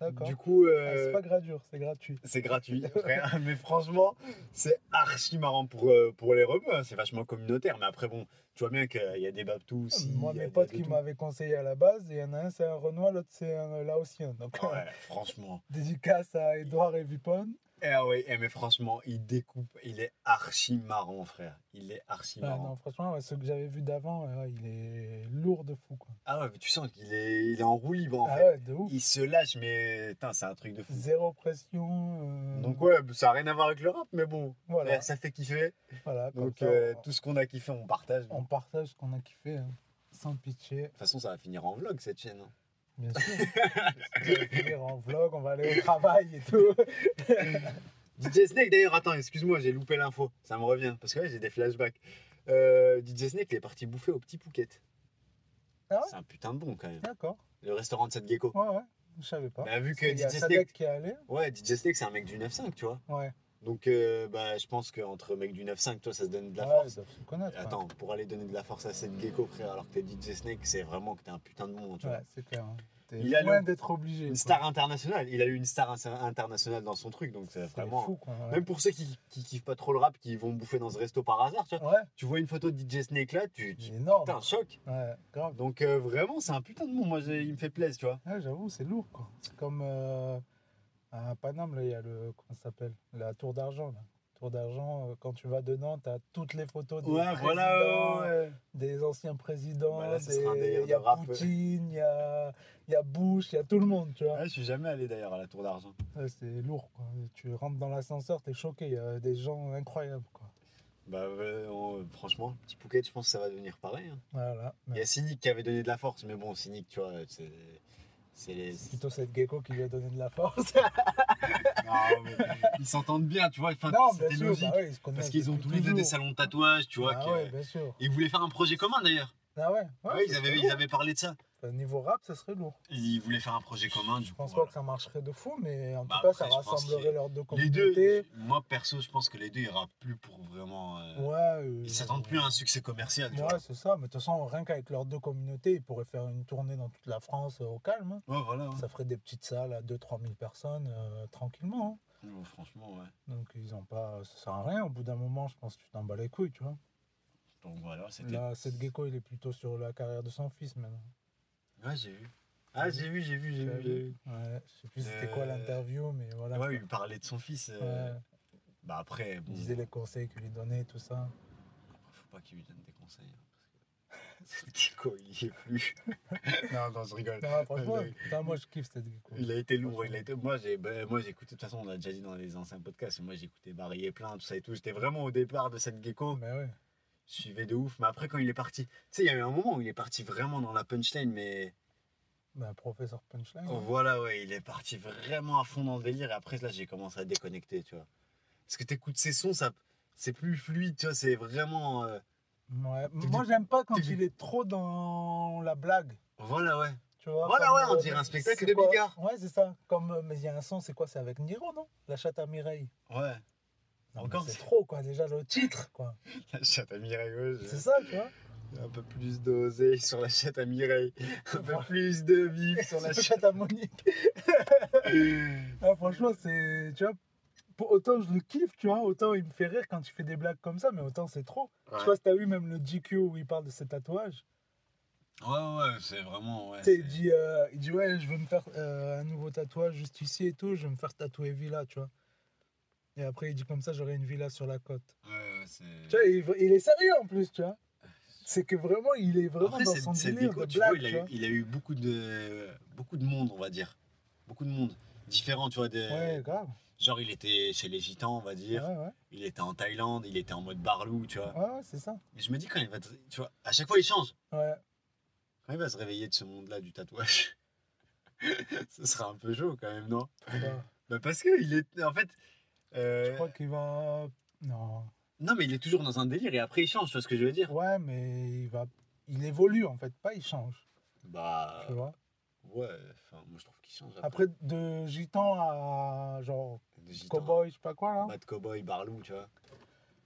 E: D'accord.
C: du coup
E: Ah,
C: euh,
E: c'est pas gradure, c'est gratuit.
C: c'est gratuit frère. mais franchement c'est archi marrant pour, euh, pour les rebeux hein. c'est vachement communautaire mais après bon tu vois bien qu'il y a des babtous aussi
E: Ah, Moi,
C: il y
E: mes
C: a- il y a
E: potes
C: euh, de
E: qui
C: tout.
E: m'avaient conseillé à la base, il y en a un, c'est un Renoir, l'autre, c'est un Laotien. Donc, euh,
C: Ah ouais franchement
E: dédicace à Edouard et Vipon.
C: eh ouais eh, mais franchement il découpe il est archi marrant frère il est archi
E: Ah,
C: marrant
E: non, franchement, ouais, ce que j'avais vu d'avant, euh, il est lourd de fou. Quoi.
C: ah ouais mais tu sens qu'il est il est en roue libre en
E: ah
C: fait
E: ouais, de ouf.
C: il se lâche, mais putain, c'est un truc de fou.
E: Zéro pression. euh,
C: Donc ouais, ça n'a rien à voir avec le rap, mais bon, Eh,
E: Voilà,
C: ça fait kiffer.
E: voilà comme
C: Donc
E: ça,
C: euh,
E: on,
C: tout ce qu'on a kiffé, on partage.
E: on
C: De
E: partage ce qu'on a kiffé, hein, sans pitié.
C: toute façon, ça va finir en vlog cette chaîne. hein.
E: Bien sûr. on va finir en vlog, on va aller au travail et tout.
C: DJ Snake, d'ailleurs, attends, excuse-moi, j'ai loupé l'info. Ça me revient, parce que ouais, j'ai des flashbacks. euh, DJ Snake, il est parti bouffer au petit Pouquette.
E: Ah ouais
C: C'est un putain de bon quand même.
E: D'accord.
C: Le restaurant de cette gecko.
E: Ouais, ouais. Je savais pas.
C: Bah, vu que
E: Il y a
C: DJ
E: Sadek
C: Snake,
E: qui est allé.
C: ouais, DJ Snake, c'est un mec du 9-5, tu vois.
E: Ouais.
C: Donc, euh, bah, je pense qu'entre mec du 9-5, toi, ça se donne de la
E: Ouais,
C: force.
E: ils doivent se connaître. hein. ouais.
C: Attends, pour aller donner de la force à cette gecko, frère, alors que t'es DJ Snake, c'est vraiment que t'es un putain de monde, tu
E: Ouais,
C: vois.
E: c'est clair. hein. T'es
C: Il a
E: loin
C: le-
E: d'être obligé.
C: Une
E: quoi.
C: star internationale. Il a eu une star in- internationale dans son truc, donc c'est
E: C'est
C: vraiment.
E: fou, quoi. Ouais.
C: Même pour ceux qui, qui kiffent pas trop le rap, qui vont bouffer dans ce resto par hasard, tu vois.
E: Ouais,
C: Tu vois une photo de DJ Snake là, tu.
E: il
C: tu
E: est énorme.
C: putain, choc.
E: Ouais, grave.
C: Donc euh, vraiment, c'est un putain de monde. Moi, j'ai- il me fait plaisir, tu vois.
E: Ouais, J'avoue, c'est lourd, quoi. C'est comme euh, à Paname, là, il y a le. Comment ça s'appelle La Tour d'Argent, là. Tour d'Argent, euh, quand tu vas dedans, t'as toutes les photos des
C: Ouais, voilà.
E: présidents,
C: ouais.
E: des anciens présidents,
C: Bah là, ce sera un
E: des...
C: délire
E: il y a
C: de rap.
E: Poutine, il y a... il y a Bush, il y a tout le monde, tu vois.
C: Ouais, Ah, je suis jamais allé d'ailleurs à la Tour d'Argent.
E: Ouais, c'est lourd, quoi. Tu rentres dans l'ascenseur, t'es choqué, il y a des gens incroyables, quoi.
C: Bah ouais, on- franchement, petit Pouquet, je pense que ça va devenir pareil. hein.
E: Voilà.
C: Il y a Cynic qui avait donné de la force, mais bon, Cynic, tu vois, c'est. C'est les.
E: C'est plutôt cette gecko qui lui a donné de la force.
C: Non, mais ils s'entendent bien, tu vois. Enfin,
E: non, bien
C: c'était
E: sûr,
C: logique.
E: bah ouais, ils se connaissent
C: parce qu'ils ont
E: depuis
C: tous les deux des
E: toujours.
C: salons de tatouage, tu vois.
E: Ah
C: que-
E: ouais, bien sûr.
C: Ils voulaient faire un projet commun d'ailleurs.
E: Ah ouais,
C: Ouais,
E: ouais,
C: ils,
E: ça
C: avaient,
E: serait
C: ils
E: lourd.
C: avaient parlé de ça.
E: Enfin, niveau rap, ça serait lourd.
C: Ils voulaient faire un projet commun. Du
E: Je
C: coup,
E: pense
C: voilà.
E: pas que ça marcherait de fou, mais en
C: Bah
E: tout cas,
C: après,
E: ça
C: je pense
E: rassemblerait
C: qu'il-
E: leurs deux
C: Les
E: communautés.
C: deux, moi perso, je pense que les deux, ils rappent plus pour vraiment. euh,
E: Ouais. euh,
C: Ils s'attendent plus à un succès commercial, tu
E: Ouais, c'est ça. Mais de toute façon, rien qu'avec leurs deux communautés, ils pourraient faire une tournée dans toute la France euh, au calme. hein.
C: vois. Ouais, voilà. hein.
E: Ça ferait des petites salles à 2-3 000 personnes euh, tranquillement. hein.
C: Ouais, franchement, ouais.
E: Donc, ils ont pas. Ça sert à rien. Au bout d'un moment, je pense que tu t'en bats les couilles, tu vois.
C: Donc voilà, c'était.
E: Là, cette gecko, il est plutôt sur la carrière de son fils maintenant.
C: Ouais, j'ai vu. Ah, j'ai vu, j'ai vu, j'ai vu. j'ai vu.
E: Ouais, je sais plus c'était quoi
C: Euh,
E: l'interview, mais voilà.
C: Ouais,
E: quoi.
C: il parlait de son fils. euh,
E: Ouais,
C: Bah après, bon,
E: il disait les conseils qu'il lui donnait, tout ça.
C: faut pas qu'il lui donne des conseils. hein, parce que- C'est quoi, il y est plus. non, non, je rigole.
E: Non, franchement,
C: Ouais.
E: putain, moi je kiffe cette gecko.
C: Il a été lourd, il a été. Moi, j'ai, ben, moi, j'écoutais. De toute façon, on a déjà dit dans les anciens podcasts. Moi, j'écoutais Barry et plein, tout ça et tout. J'étais vraiment au départ de cette gecko.
E: Mais ouais.
C: Je suivais de ouf. Mais après, quand il est parti, tu sais, il y a eu un moment où il est parti vraiment dans la punchline. Mais
E: Bah, professeur Punchline.
C: oh, voilà, ouais, il est parti vraiment à fond dans le délire. Et après, là, j'ai commencé à déconnecter, tu vois. Parce que t'écoutes ses sons, ça, c'est plus fluide, tu vois. C'est vraiment. euh,
E: Ouais.
C: T'es-
E: Moi j'aime pas quand
C: t'es-
E: il est trop dans la blague.
C: Voilà, ouais.
E: Tu vois,
C: Voilà,
E: comme,
C: ouais, on
E: euh,
C: dirait un spectacle
E: c'est
C: de
E: quoi
C: Bigard.
E: Ouais, c'est ça. Comme, euh, mais il y a un son, c'est quoi C'est avec Niro, non La chatte à Mireille.
C: Ouais.
E: Non, mais
C: Encore
E: C'est trop, quoi. Déjà le titre, quoi.
C: La chatte à Mireille, ouais, j'ai-
E: C'est ça, tu vois
C: Un peu plus d'oseille sur la chatte à Mireille. Un peu
E: Voilà.
C: plus de vif sur la
E: C'est
C: chatte.
E: à Monique. Ah, franchement, c'est. Tu vois, pour- autant je le kiffe, tu vois, autant il me fait rire quand il fait des blagues comme ça, mais autant c'est trop. Je sais
C: Ouais.
E: pas si t'as vu même le GQ où il parle de ses tatouages.
C: Ouais, ouais, c'est vraiment. Ouais,
E: Tu sais, il
C: c'est-
E: dit, euh, il dit ouais, je veux me faire euh, un nouveau tatouage juste ici et tout, je vais me faire tatouer villa, tu vois. Et après, il dit comme ça, j'aurai une villa sur la côte.
C: ouais, ouais, c'est-
E: Tu vois, il, il est sérieux en plus, tu vois. C'est que vraiment, il est vraiment
C: Après,
E: dans
C: cette-
E: son
C: cette
E: délire
C: déco,
E: de
C: tu vois,
E: blague,
C: il,
E: tu
C: a eu,
E: vois.
C: il a eu beaucoup de, beaucoup de monde, on va dire. Beaucoup de monde. Différent, tu vois. des-
E: Ouais, grave.
C: Genre, il était chez les Gitans, on va
E: Ouais,
C: dire.
E: ouais,
C: Il était en Thaïlande, il était en mode barlou, tu vois.
E: ouais, ouais, c'est ça.
C: Mais je me dis, quand il va. Tu vois, à chaque fois, il change.
E: Ouais.
C: Quand il va se réveiller de ce monde-là du tatouage, ce sera un peu chaud quand même, non
E: trop bien.
C: Bah parce que il est en fait euh,
E: Je crois qu'il va. Non.
C: non mais il est toujours dans un délire et après il change, tu vois ce que je veux dire
E: Ouais, mais il va. Il évolue en fait, pas il change,
C: Bah
E: tu vois.
C: ouais, enfin moi je trouve qu'il change
E: Après, de gitan à genre
C: De gitan,
E: cowboy, je sais pas quoi hein. là.
C: Bad Cowboy Barlou, tu vois.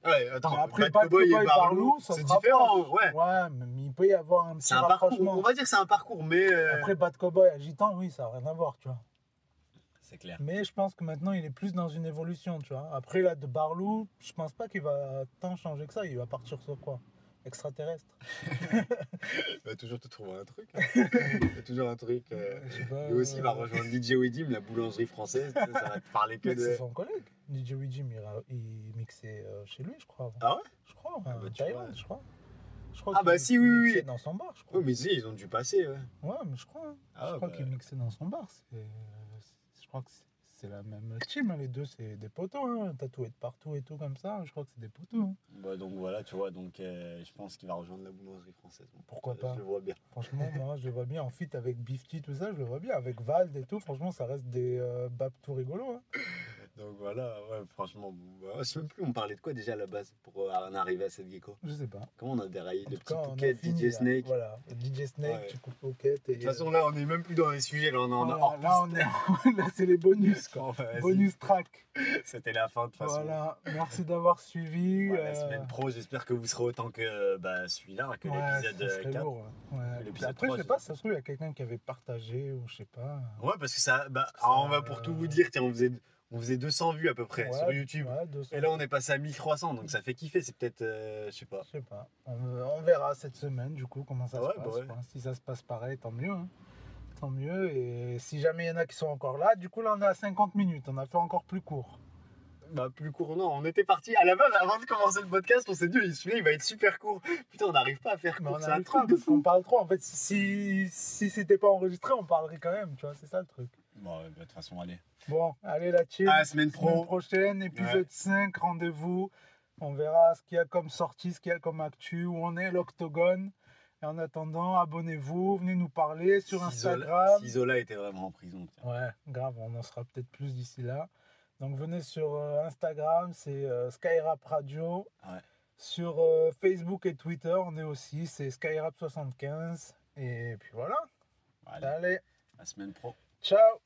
C: Ouais, attends,
E: Mais après,
C: Bad
E: Bad
C: Cowboy et
E: Cowboy,
C: Barlou,
E: Barlou, ça
C: c'est
E: se
C: différent, ouais.
E: Ouais, mais il peut y avoir un petit
C: C'est un parcours,
E: rapprochement.
C: on va dire que c'est un parcours mais euh,
E: Après, Bad Cowboy à Gitan, oui, ça n'a rien à voir, tu vois.
C: c'est clair.
E: Mais je pense que maintenant, il est plus dans une évolution, tu vois. Après, là, de Barlou, je pense pas qu'il va tant changer que ça. Il va partir sur quoi Extraterrestre
C: Il va Bah, toujours te trouver un truc. hein. Il va toujours un truc. euh,
E: Je sais pas,
C: Lui aussi il va
E: euh,
C: rejoindre DJ Wedim, la boulangerie française, tu sais, ça va te parler que
E: mec, C'est
C: de
E: son collègue. DJ Wijim, il, ra- il mixait euh, chez lui, je crois. avant.
C: Ah ouais
E: Je crois, en
C: Ah bah, tu
E: Thaïlande,
C: vois.
E: je crois. Je crois
C: Ah
E: qu'il-
C: bah si, oui,
E: il
C: oui,
E: mixait
C: oui.
E: dans son bar, je crois.
C: Ouais, mais si, ils ont dû passer, ouais.
E: Ouais, mais je crois. hein.
C: Ah
E: je
C: ouais,
E: crois
C: bah.
E: qu'il mixait dans son bar. C'est- c'est- Je crois que c'est- c'est la même team, hein, les deux, c'est des poteaux, hein, tatoués de partout et tout comme ça. Je crois que c'est des poteaux. hein.
C: Bah donc voilà, tu vois, donc euh, je pense qu'il va rejoindre la boulangerie française. euh,
E: Pourquoi
C: Je
E: pas
C: le vois bien.
E: Franchement, moi, je le vois bien en fit avec Bifty, tout ça, je le vois bien. Avec Vald et tout, franchement, ça reste des euh, babes tout rigolos. hein.
C: Donc voilà, ouais, franchement, bah, je sais même plus on parlait de quoi déjà à la base pour euh, en arriver à cette gecko.
E: Je sais pas. En
C: Comment on a déraillé
E: tout
C: Le petit
E: cas, on a
C: Phuket,
E: fini,
C: DJ
E: là.
C: Snake. De
E: Voilà, DJ Snake,
C: Ouais.
E: tu coupes Pocket. Et, euh,
C: toute façon, là, on est même plus dans les sujets, là, on est en
E: voilà,
C: hors
E: Oh là, on est... là, c'est les bonus,
C: piste, quoi.
E: quoi.
C: Vas-y.
E: Bonus track.
C: C'était la fin de toute façon.
E: Voilà, merci d'avoir suivi.
C: Ouais, La
E: euh,
C: semaine pro, j'espère que vous serez autant que euh, bah, celui-là, que
E: ouais,
C: l'épisode
E: ça
C: euh,
E: serait
C: 4.
E: lourd, ouais. Ouais.
C: Que l'épisode
E: Puis Après,
C: 3,
E: je sais
C: c'est-
E: pas, ça se trouve, il y a quelqu'un qui avait partagé ou je sais pas.
C: Ouais, parce que ça. Bah,
E: que ça,
C: on va pour tout vous
E: euh,
C: dire, tiens, on faisait, on faisait 200 vues à peu près
E: Ouais,
C: sur YouTube.
E: ouais, 200.
C: Et là, on est passé à 1300, donc ça fait kiffer. C'est peut-être. euh, je sais pas.
E: Je sais pas. On, on verra cette semaine, du coup, comment ça
C: Ouais,
E: se
C: bah
E: passe.
C: ouais.
E: quoi. Si ça se passe pareil, tant mieux. hein. Tant mieux. Et si jamais il y en a qui sont encore là, du coup, là, on est à 50 minutes. On a fait encore plus court.
C: Bah, plus court, non. On était parti. À la base, avant de commencer le podcast, on s'est dit, celui-là, il va être super court. Putain, on n'arrive pas à faire
E: Mais
C: court.
E: on
C: C'est un
E: arrive pas
C: truc de
E: parce qu'on
C: fou.
E: parle trop. En fait, si, si c'était pas enregistré, on parlerait quand même. Tu vois, c'est ça le truc.
C: Bon, ouais, bah, de toute façon, allez.
E: Bon, allez, la chill.
C: À la semaine pro.
E: Semaine prochaine, épisode
C: Ouais.
E: 5, rendez-vous. On verra ce qu'il y a comme sortie, ce qu'il y a comme actu, où on est, l'octogone. Et en attendant, abonnez-vous, venez nous parler sur
C: Si Zola-
E: Instagram.
C: Si Zola était vraiment en prison. tiens.
E: Ouais, grave, on en sera peut-être plus d'ici là. Donc venez sur euh, Instagram, c'est euh, Skyrap Radio.
C: Ouais.
E: Sur euh, Facebook et Twitter, on est aussi, c'est Skyrap75. Et puis voilà.
C: Allez,
E: Allez,
C: à la semaine pro.
E: ciao